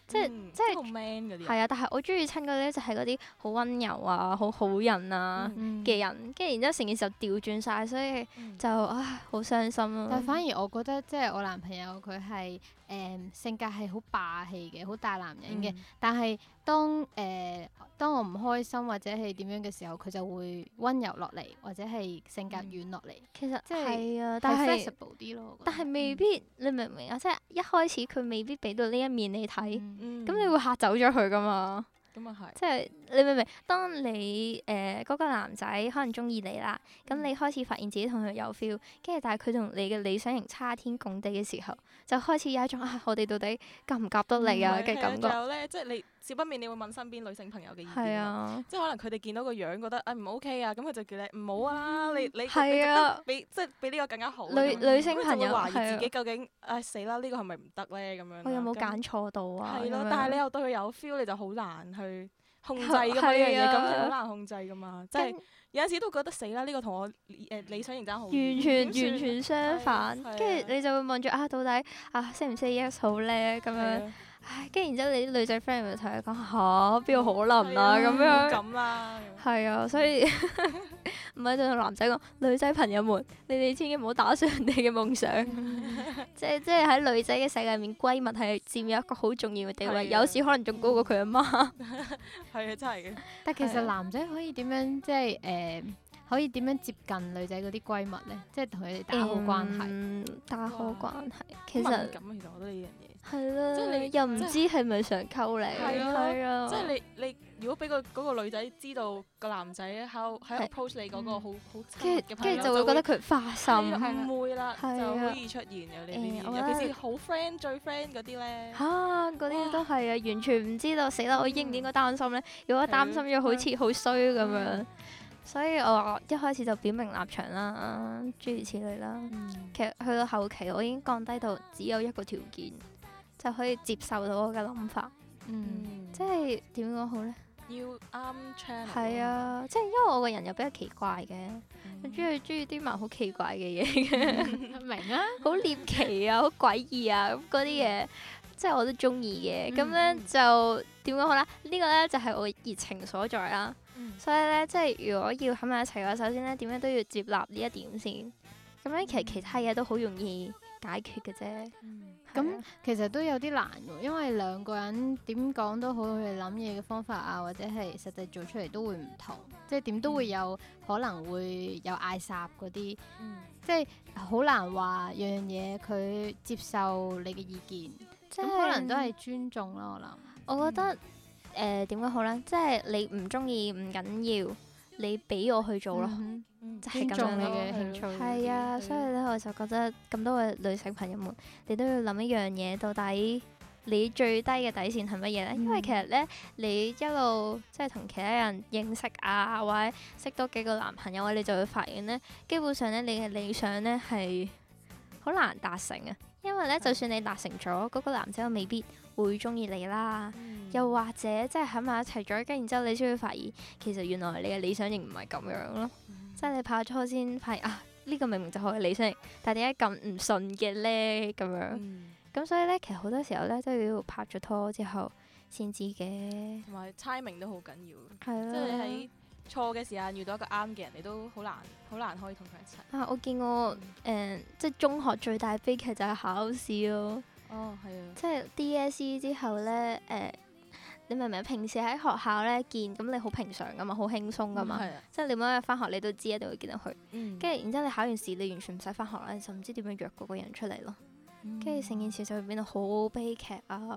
Speaker 3: 即係
Speaker 5: 嗯
Speaker 3: 即係
Speaker 5: 好 man 嗰啲人，
Speaker 3: 係啊！但係我中意親嗰啲就係嗰啲好温柔啊、好好人啊
Speaker 5: 嗯
Speaker 8: 嗯
Speaker 3: 嘅人，跟住然之後成件事就調轉晒，所以
Speaker 5: 嗯
Speaker 3: 就唉好傷心啊咯
Speaker 8: 但。反而我覺得即係我男朋友佢係誒性格係好霸氣嘅，好大男人嘅。
Speaker 3: 嗯
Speaker 8: 但係當誒、呃、當我唔開心或者係點樣嘅時候，佢就會温柔落嚟，或者係性格軟落嚟，
Speaker 3: 其實
Speaker 8: 即係
Speaker 3: 係啊，嗯但
Speaker 8: 但係嗯
Speaker 3: 係
Speaker 8: flexible 啲咯。我覺得
Speaker 3: 但係未必，你明唔明啊？即係一開始佢未必俾到呢一面你睇，咁
Speaker 5: 嗯
Speaker 3: 你會嚇走咗佢噶嘛？
Speaker 5: 咁啊係，
Speaker 3: 即係你明唔明？當你誒嗰、個男仔可能中意你啦，咁
Speaker 5: 嗯
Speaker 3: 你開始發現自己同佢有 feel，跟住但係佢同你嘅理想型差天共地嘅時候，就開始有一種啊，我哋到底夾唔夾得嚟啊
Speaker 5: 係
Speaker 3: 嘅
Speaker 5: 係
Speaker 3: 感
Speaker 5: 仲
Speaker 3: 覺。
Speaker 5: 有咧，即係你少不免你會問身邊女性朋友嘅意
Speaker 3: 係
Speaker 5: 見啊。
Speaker 3: 啊，
Speaker 5: 即係可能佢哋見到個樣覺得啊唔 OK 啊，咁佢就叫你唔好啊，你你
Speaker 3: 係啊，
Speaker 5: 你比即係比呢個更加好啊。
Speaker 3: 女
Speaker 5: 咁
Speaker 3: 女性
Speaker 5: 咁佢
Speaker 3: 朋
Speaker 5: 就會
Speaker 3: 友
Speaker 5: 懷疑
Speaker 3: 係
Speaker 5: 自己
Speaker 3: 啊，
Speaker 5: 究竟唉死啦，呢個係咪唔得咧咁樣啦？啊
Speaker 3: 我有冇
Speaker 5: 咁
Speaker 3: 揀錯到啊？
Speaker 5: 係咯
Speaker 3: 咁，
Speaker 5: 但係
Speaker 3: 樣
Speaker 5: 你又對佢有 feel，你就好難去控制
Speaker 3: 係
Speaker 5: 噶嘛呢樣嘢，
Speaker 3: 係
Speaker 5: 感情
Speaker 3: 啊
Speaker 5: 好難控制 噶嘛。即
Speaker 3: 跟
Speaker 5: 係有陣時都覺得死啦，呢個同我誒理想型爭好遠
Speaker 3: 完全
Speaker 5: 點算
Speaker 3: 完全相反，
Speaker 5: 係啊
Speaker 3: 跟住你就會望住啊，到底啊 say 唔 say yes 好咧咁
Speaker 5: 係
Speaker 3: 樣，
Speaker 5: 啊
Speaker 3: 唉，跟住然之後你啲女仔 friend 咪同佢講吓，邊有可能啊
Speaker 5: 係
Speaker 3: 咁樣。
Speaker 5: 咁啦，
Speaker 3: 係啊，所 以唔係就同男仔講，女仔朋友們，你哋千祈唔好打碎人哋嘅夢 想，即係即係喺女仔嘅世界入面，閨蜜係佔有一個好重要嘅地位，
Speaker 5: 係啊
Speaker 3: 有時可能仲高過佢阿媽。
Speaker 5: 係啊，真係嘅。
Speaker 8: 但其
Speaker 3: 係啊
Speaker 8: 實男仔可以點樣即係誒、可以點樣接近女仔嗰啲閨蜜咧？即係同佢哋打好關係。
Speaker 3: 嗯，打好關係，其
Speaker 5: 敏
Speaker 3: 實
Speaker 5: 感啊，其實我覺得呢樣嘢。
Speaker 3: 係啦，
Speaker 5: 即係你
Speaker 3: 又唔
Speaker 5: 即
Speaker 3: 知係咪想溝你，
Speaker 5: 係啊
Speaker 3: 啊
Speaker 5: 即係你你如果俾個嗰個女仔知道個男仔喺度喺
Speaker 3: 係嗯
Speaker 5: 度 approach 你嗰個好好親密
Speaker 3: 跟
Speaker 5: 嘅
Speaker 3: 住
Speaker 5: 朋
Speaker 3: 跟住
Speaker 5: 友，
Speaker 3: 就會覺得佢花心，
Speaker 5: 係啦啊誤會啦，
Speaker 3: 係
Speaker 5: 就
Speaker 3: 啊
Speaker 5: 好易出現嘅呢
Speaker 3: 誒我
Speaker 5: 啲，尤其
Speaker 3: 覺
Speaker 5: 是
Speaker 3: 得
Speaker 5: 好 friend 最 friend 嗰啲咧。
Speaker 3: 嚇嗰啲都係啊，完全唔知道死啦！我應唔應該擔心呢？如果擔心咗，好似好衰咁樣。所以我一開始就表明立場啦，諸如此類啦。其實去到後期，我已經降低到只有一個條件，就可以接受到我嘅諗法。
Speaker 8: 嗯，
Speaker 5: 即
Speaker 3: 即係點講好呢？
Speaker 5: 要啱 channel。
Speaker 3: 係，啊，即係因為我個人又比較奇怪嘅，我
Speaker 5: 嗯
Speaker 3: 中意中意啲埋好奇怪嘅嘢嘅。
Speaker 8: 明啊，
Speaker 3: 好獵奇啊，好詭異啊，咁嗰啲
Speaker 8: 嗯
Speaker 3: 嘢，即係我都中意嘅。咁咧、
Speaker 5: 嗯
Speaker 3: 就點講好啦？呢、個咧就係我熱情所在啦。
Speaker 5: 嗯
Speaker 3: 所以咧，即係如果要喺埋一齊嘅話，首先咧點樣都要接納呢一點先。咁咧，
Speaker 8: 嗯
Speaker 3: 其實其他嘢都好容易解決嘅啫。
Speaker 8: 啊咁其實都有啲難喎，因為兩個人點講都好，佢哋諗嘢嘅方法啊，或者係實際做出嚟都會唔同，即係點都
Speaker 3: 嗯
Speaker 8: 會有可能會有嗌霎嗰啲，
Speaker 3: 嗯
Speaker 8: 即係好難話樣樣嘢佢接受你嘅意見，
Speaker 3: 即
Speaker 8: 咁可能都係嗯尊重咯，我
Speaker 3: 我覺得誒點講好咧？即係你唔中意唔緊要，你俾我去做
Speaker 8: 諗。
Speaker 3: 咯，
Speaker 8: 嗯
Speaker 3: 就係
Speaker 8: 尊
Speaker 3: 咁
Speaker 8: 重
Speaker 3: 樣
Speaker 8: 你
Speaker 3: 咯。
Speaker 8: 嘅興趣。
Speaker 3: 係啊，所以咧我就覺得咁多位女性朋友們，你都要諗一樣嘢，到底你最低嘅底線係乜嘢咧？因為其實咧，你一路即係同其他人認識啊，或者識多幾個男朋友啊，你就會發現咧，基本上咧你嘅理想咧係好難達成啊。因為咧，就算你達成咗，嗰、個男仔又未必會中意你啦。
Speaker 5: 嗯
Speaker 3: 又或者即係喺埋一齊咗，跟然之後你先會發現，其實原來你嘅理想型唔係咁樣咯。
Speaker 5: 嗯
Speaker 3: 即係你拍拖先發現啊，呢、個明明就係我嘅理想型，但係點解咁唔順嘅咧？咁樣
Speaker 5: 嗯
Speaker 3: 咁所以咧，其實好多時候咧都要拍咗拖之後先知嘅，
Speaker 5: 同埋 timing 都好緊要，
Speaker 3: 係
Speaker 5: 即
Speaker 3: 啦。
Speaker 5: 係你喺錯嘅時間遇到一個啱嘅人，你都好難好難可以同佢一齊。
Speaker 3: 啊，我見過誒、即係中學最大悲劇就係考試咯。
Speaker 5: 哦，係啊，
Speaker 3: 即係 DSE 之後咧，誒、你明唔明？平時喺學校咧見，咁你好平常噶嘛，好輕鬆噶嘛。
Speaker 5: 係啊，嗯
Speaker 3: 即係你每一日翻學，你都知一定會見到佢。
Speaker 5: 跟
Speaker 3: 跟住，然之後你考完試，你完全唔使翻學啦，你就唔知點樣約嗰個人出嚟咯。
Speaker 5: 嗯
Speaker 3: 跟住成件事就會變到好悲劇啊！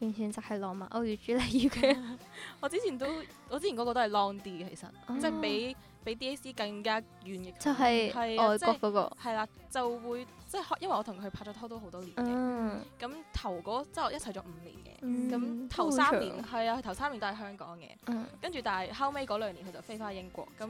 Speaker 3: 完全就係浪漫歐與朱麗葉嘅，
Speaker 5: 嗯我之前都，我之前嗰個都係 long 啲嘅，其實、 即係
Speaker 3: 哦
Speaker 5: 比比 DSE 更加遠嘅距離，
Speaker 3: 就係
Speaker 5: 係啊
Speaker 3: 外
Speaker 5: 即係
Speaker 3: 國嗰個。
Speaker 5: 係啦，就會即係因為我同佢拍咗拖都好多年嘅，
Speaker 3: 嗯，
Speaker 5: 咁、頭嗰即係我一齊咗五年嘅，咁、
Speaker 3: 咁
Speaker 5: 頭三年係啊，頭三年都喺香港嘅，
Speaker 3: 嗯
Speaker 5: 跟住但係後尾嗰兩年佢就飛翻英國，咁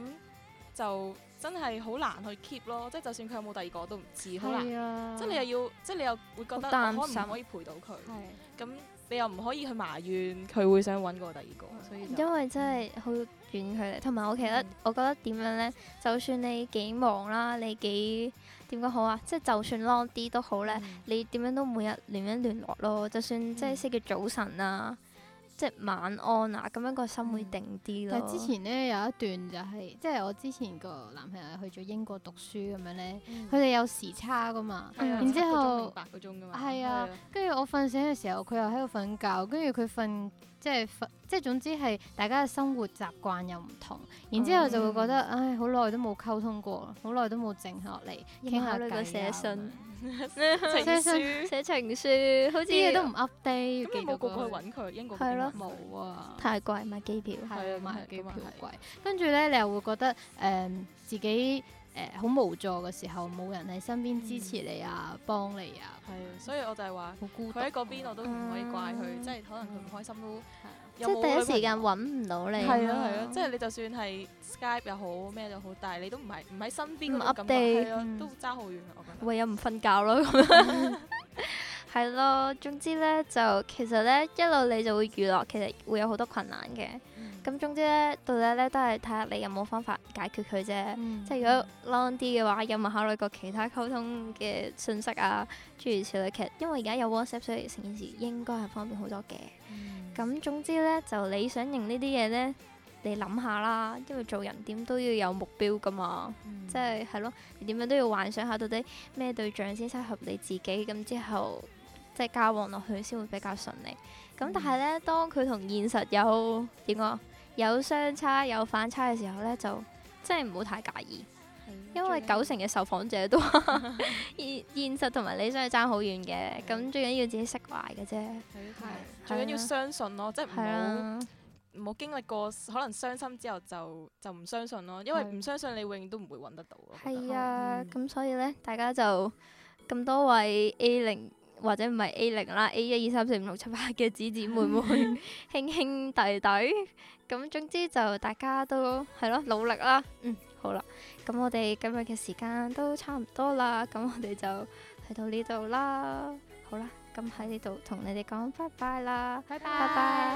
Speaker 5: 就真係好難去 keep 咯，即係就算佢有冇第二個我都唔知，好難，
Speaker 8: 係啊，
Speaker 5: 即係你又要，即係你又會覺得哦
Speaker 3: 好擔
Speaker 5: 我可唔
Speaker 3: 心
Speaker 5: 可以陪到佢，
Speaker 8: 係
Speaker 5: 咁你又唔可以去埋怨佢會想揾個第二個，所以就
Speaker 3: 因為真係好遠距離，同埋我其得，我覺得點樣呢？就算你幾忙啦，你幾點講好啊？即係就算 long 啲都好呢，你點樣都每日聯一聯絡咯。就算即係識嘅早晨啊，即係晚安啊，咁樣個心會定啲咯。
Speaker 8: 但係之前咧有一段就係、即係我之前個男朋友去咗英國讀書咁樣咧，
Speaker 3: 嗯
Speaker 8: 佢哋有時差噶嘛，
Speaker 5: 係啊
Speaker 3: 然
Speaker 5: 七個
Speaker 8: 之
Speaker 5: 鐘
Speaker 8: 後
Speaker 5: 定八個鐘㗎嘛，啊
Speaker 8: 係啊跟住我瞓醒嘅時候，佢又喺度瞓覺，跟住佢瞓即係瞓，即即係總之係大家嘅生活習慣又唔同，然
Speaker 5: 嗯
Speaker 8: 之後就會覺得唉，好耐都冇溝通過啦，好耐都冇靜下落嚟
Speaker 3: 有
Speaker 8: 傾
Speaker 3: 冇
Speaker 8: 下
Speaker 3: 考慮過
Speaker 8: 偈啊
Speaker 3: 寫信
Speaker 5: 情
Speaker 8: 寫信
Speaker 5: 書
Speaker 3: 寫情書，好似
Speaker 8: 啲嘢都唔 update，
Speaker 5: 咁你
Speaker 8: 寄
Speaker 5: 冇
Speaker 8: 到
Speaker 5: 個個
Speaker 8: 過
Speaker 5: 去
Speaker 8: 去
Speaker 5: 揾佢，英國
Speaker 3: 係咯
Speaker 8: 冇啊。
Speaker 3: 太貴買機票。
Speaker 8: 係
Speaker 5: 係
Speaker 8: 啊，
Speaker 5: 啊
Speaker 8: 買
Speaker 5: 咁係
Speaker 8: 機
Speaker 5: 咁
Speaker 8: 票
Speaker 5: 啊係
Speaker 8: 貴。跟住咧，你又會覺得誒、自己誒好、無助嘅時候，冇人喺身邊支持你啊、幫你啊，
Speaker 5: 係啊，所以我就係話
Speaker 8: 好孤獨。
Speaker 5: 嗯佢喺嗰邊，我都唔可以怪佢，
Speaker 3: 嗯
Speaker 5: 即係可能佢唔開心都
Speaker 3: 即
Speaker 5: 有冇
Speaker 3: 係
Speaker 5: 女
Speaker 3: 第
Speaker 5: 朋
Speaker 3: 一
Speaker 5: 友
Speaker 3: 時間揾唔到你，
Speaker 5: 係啊係啊，即係你就算係 Skype 又好咩都好，但係你都唔係唔喺身邊嗰個感
Speaker 3: 唔
Speaker 5: 覺，
Speaker 3: update，
Speaker 5: 係啊
Speaker 8: 嗯，
Speaker 5: 都爭好遠啊，我覺得。
Speaker 3: 唯有唔瞓覺咯咁樣。係咯，總之咧就其實咧一路你就會娛樂，其實會有好多困難嘅。咁總之咧，到底咧都係睇下你有冇方法解決佢啫。
Speaker 8: 嗯
Speaker 3: 即係如果 long 啲嘅話，有冇考慮過其他溝通嘅信息啊？諸如此類。其實因為而家有 WhatsApp，所以成件事應該係方便好多嘅。
Speaker 8: 嗯
Speaker 3: 咁總之咧，就你想型呢啲嘢咧，你諗下啦，因為做人點都要有目標噶嘛，
Speaker 5: 嗯
Speaker 3: 即係係咯，你點樣都要幻想下到底咩對象先適合你自己，咁之後即係交往落去先會比較順利。
Speaker 5: 嗯
Speaker 3: 咁但係咧，當佢同現實有點講啊有相差有反差嘅時候咧，就真係唔好太介意。因
Speaker 5: 啊
Speaker 3: 為九成嘅受訪者 都 話現現實同埋理想係爭好遠嘅，咁最緊要自己釋懷嘅啫，
Speaker 5: 最緊
Speaker 3: 係
Speaker 5: 要
Speaker 3: 啊
Speaker 5: 相信咯，即係唔
Speaker 3: 係
Speaker 5: 好。
Speaker 3: 啊。
Speaker 5: 唔好經歷過可能傷心之後就就唔相信咯，因為
Speaker 8: 係
Speaker 5: 唔相信你永遠都唔會揾得嗯到。我覺得
Speaker 3: 係啊，咁所以咧，大家就咁多位 A 零或者唔係 A 零啦，A 一二三四五六七八嘅姊姊妹 妹兄兄弟弟，咁總之就大家都係咯，努力啦。嗯，好啦，咁我哋今日嘅時間都差唔多啦，咁我哋就去到呢度啦。好啦，咁喺呢度同你哋講拜拜啦，拜拜。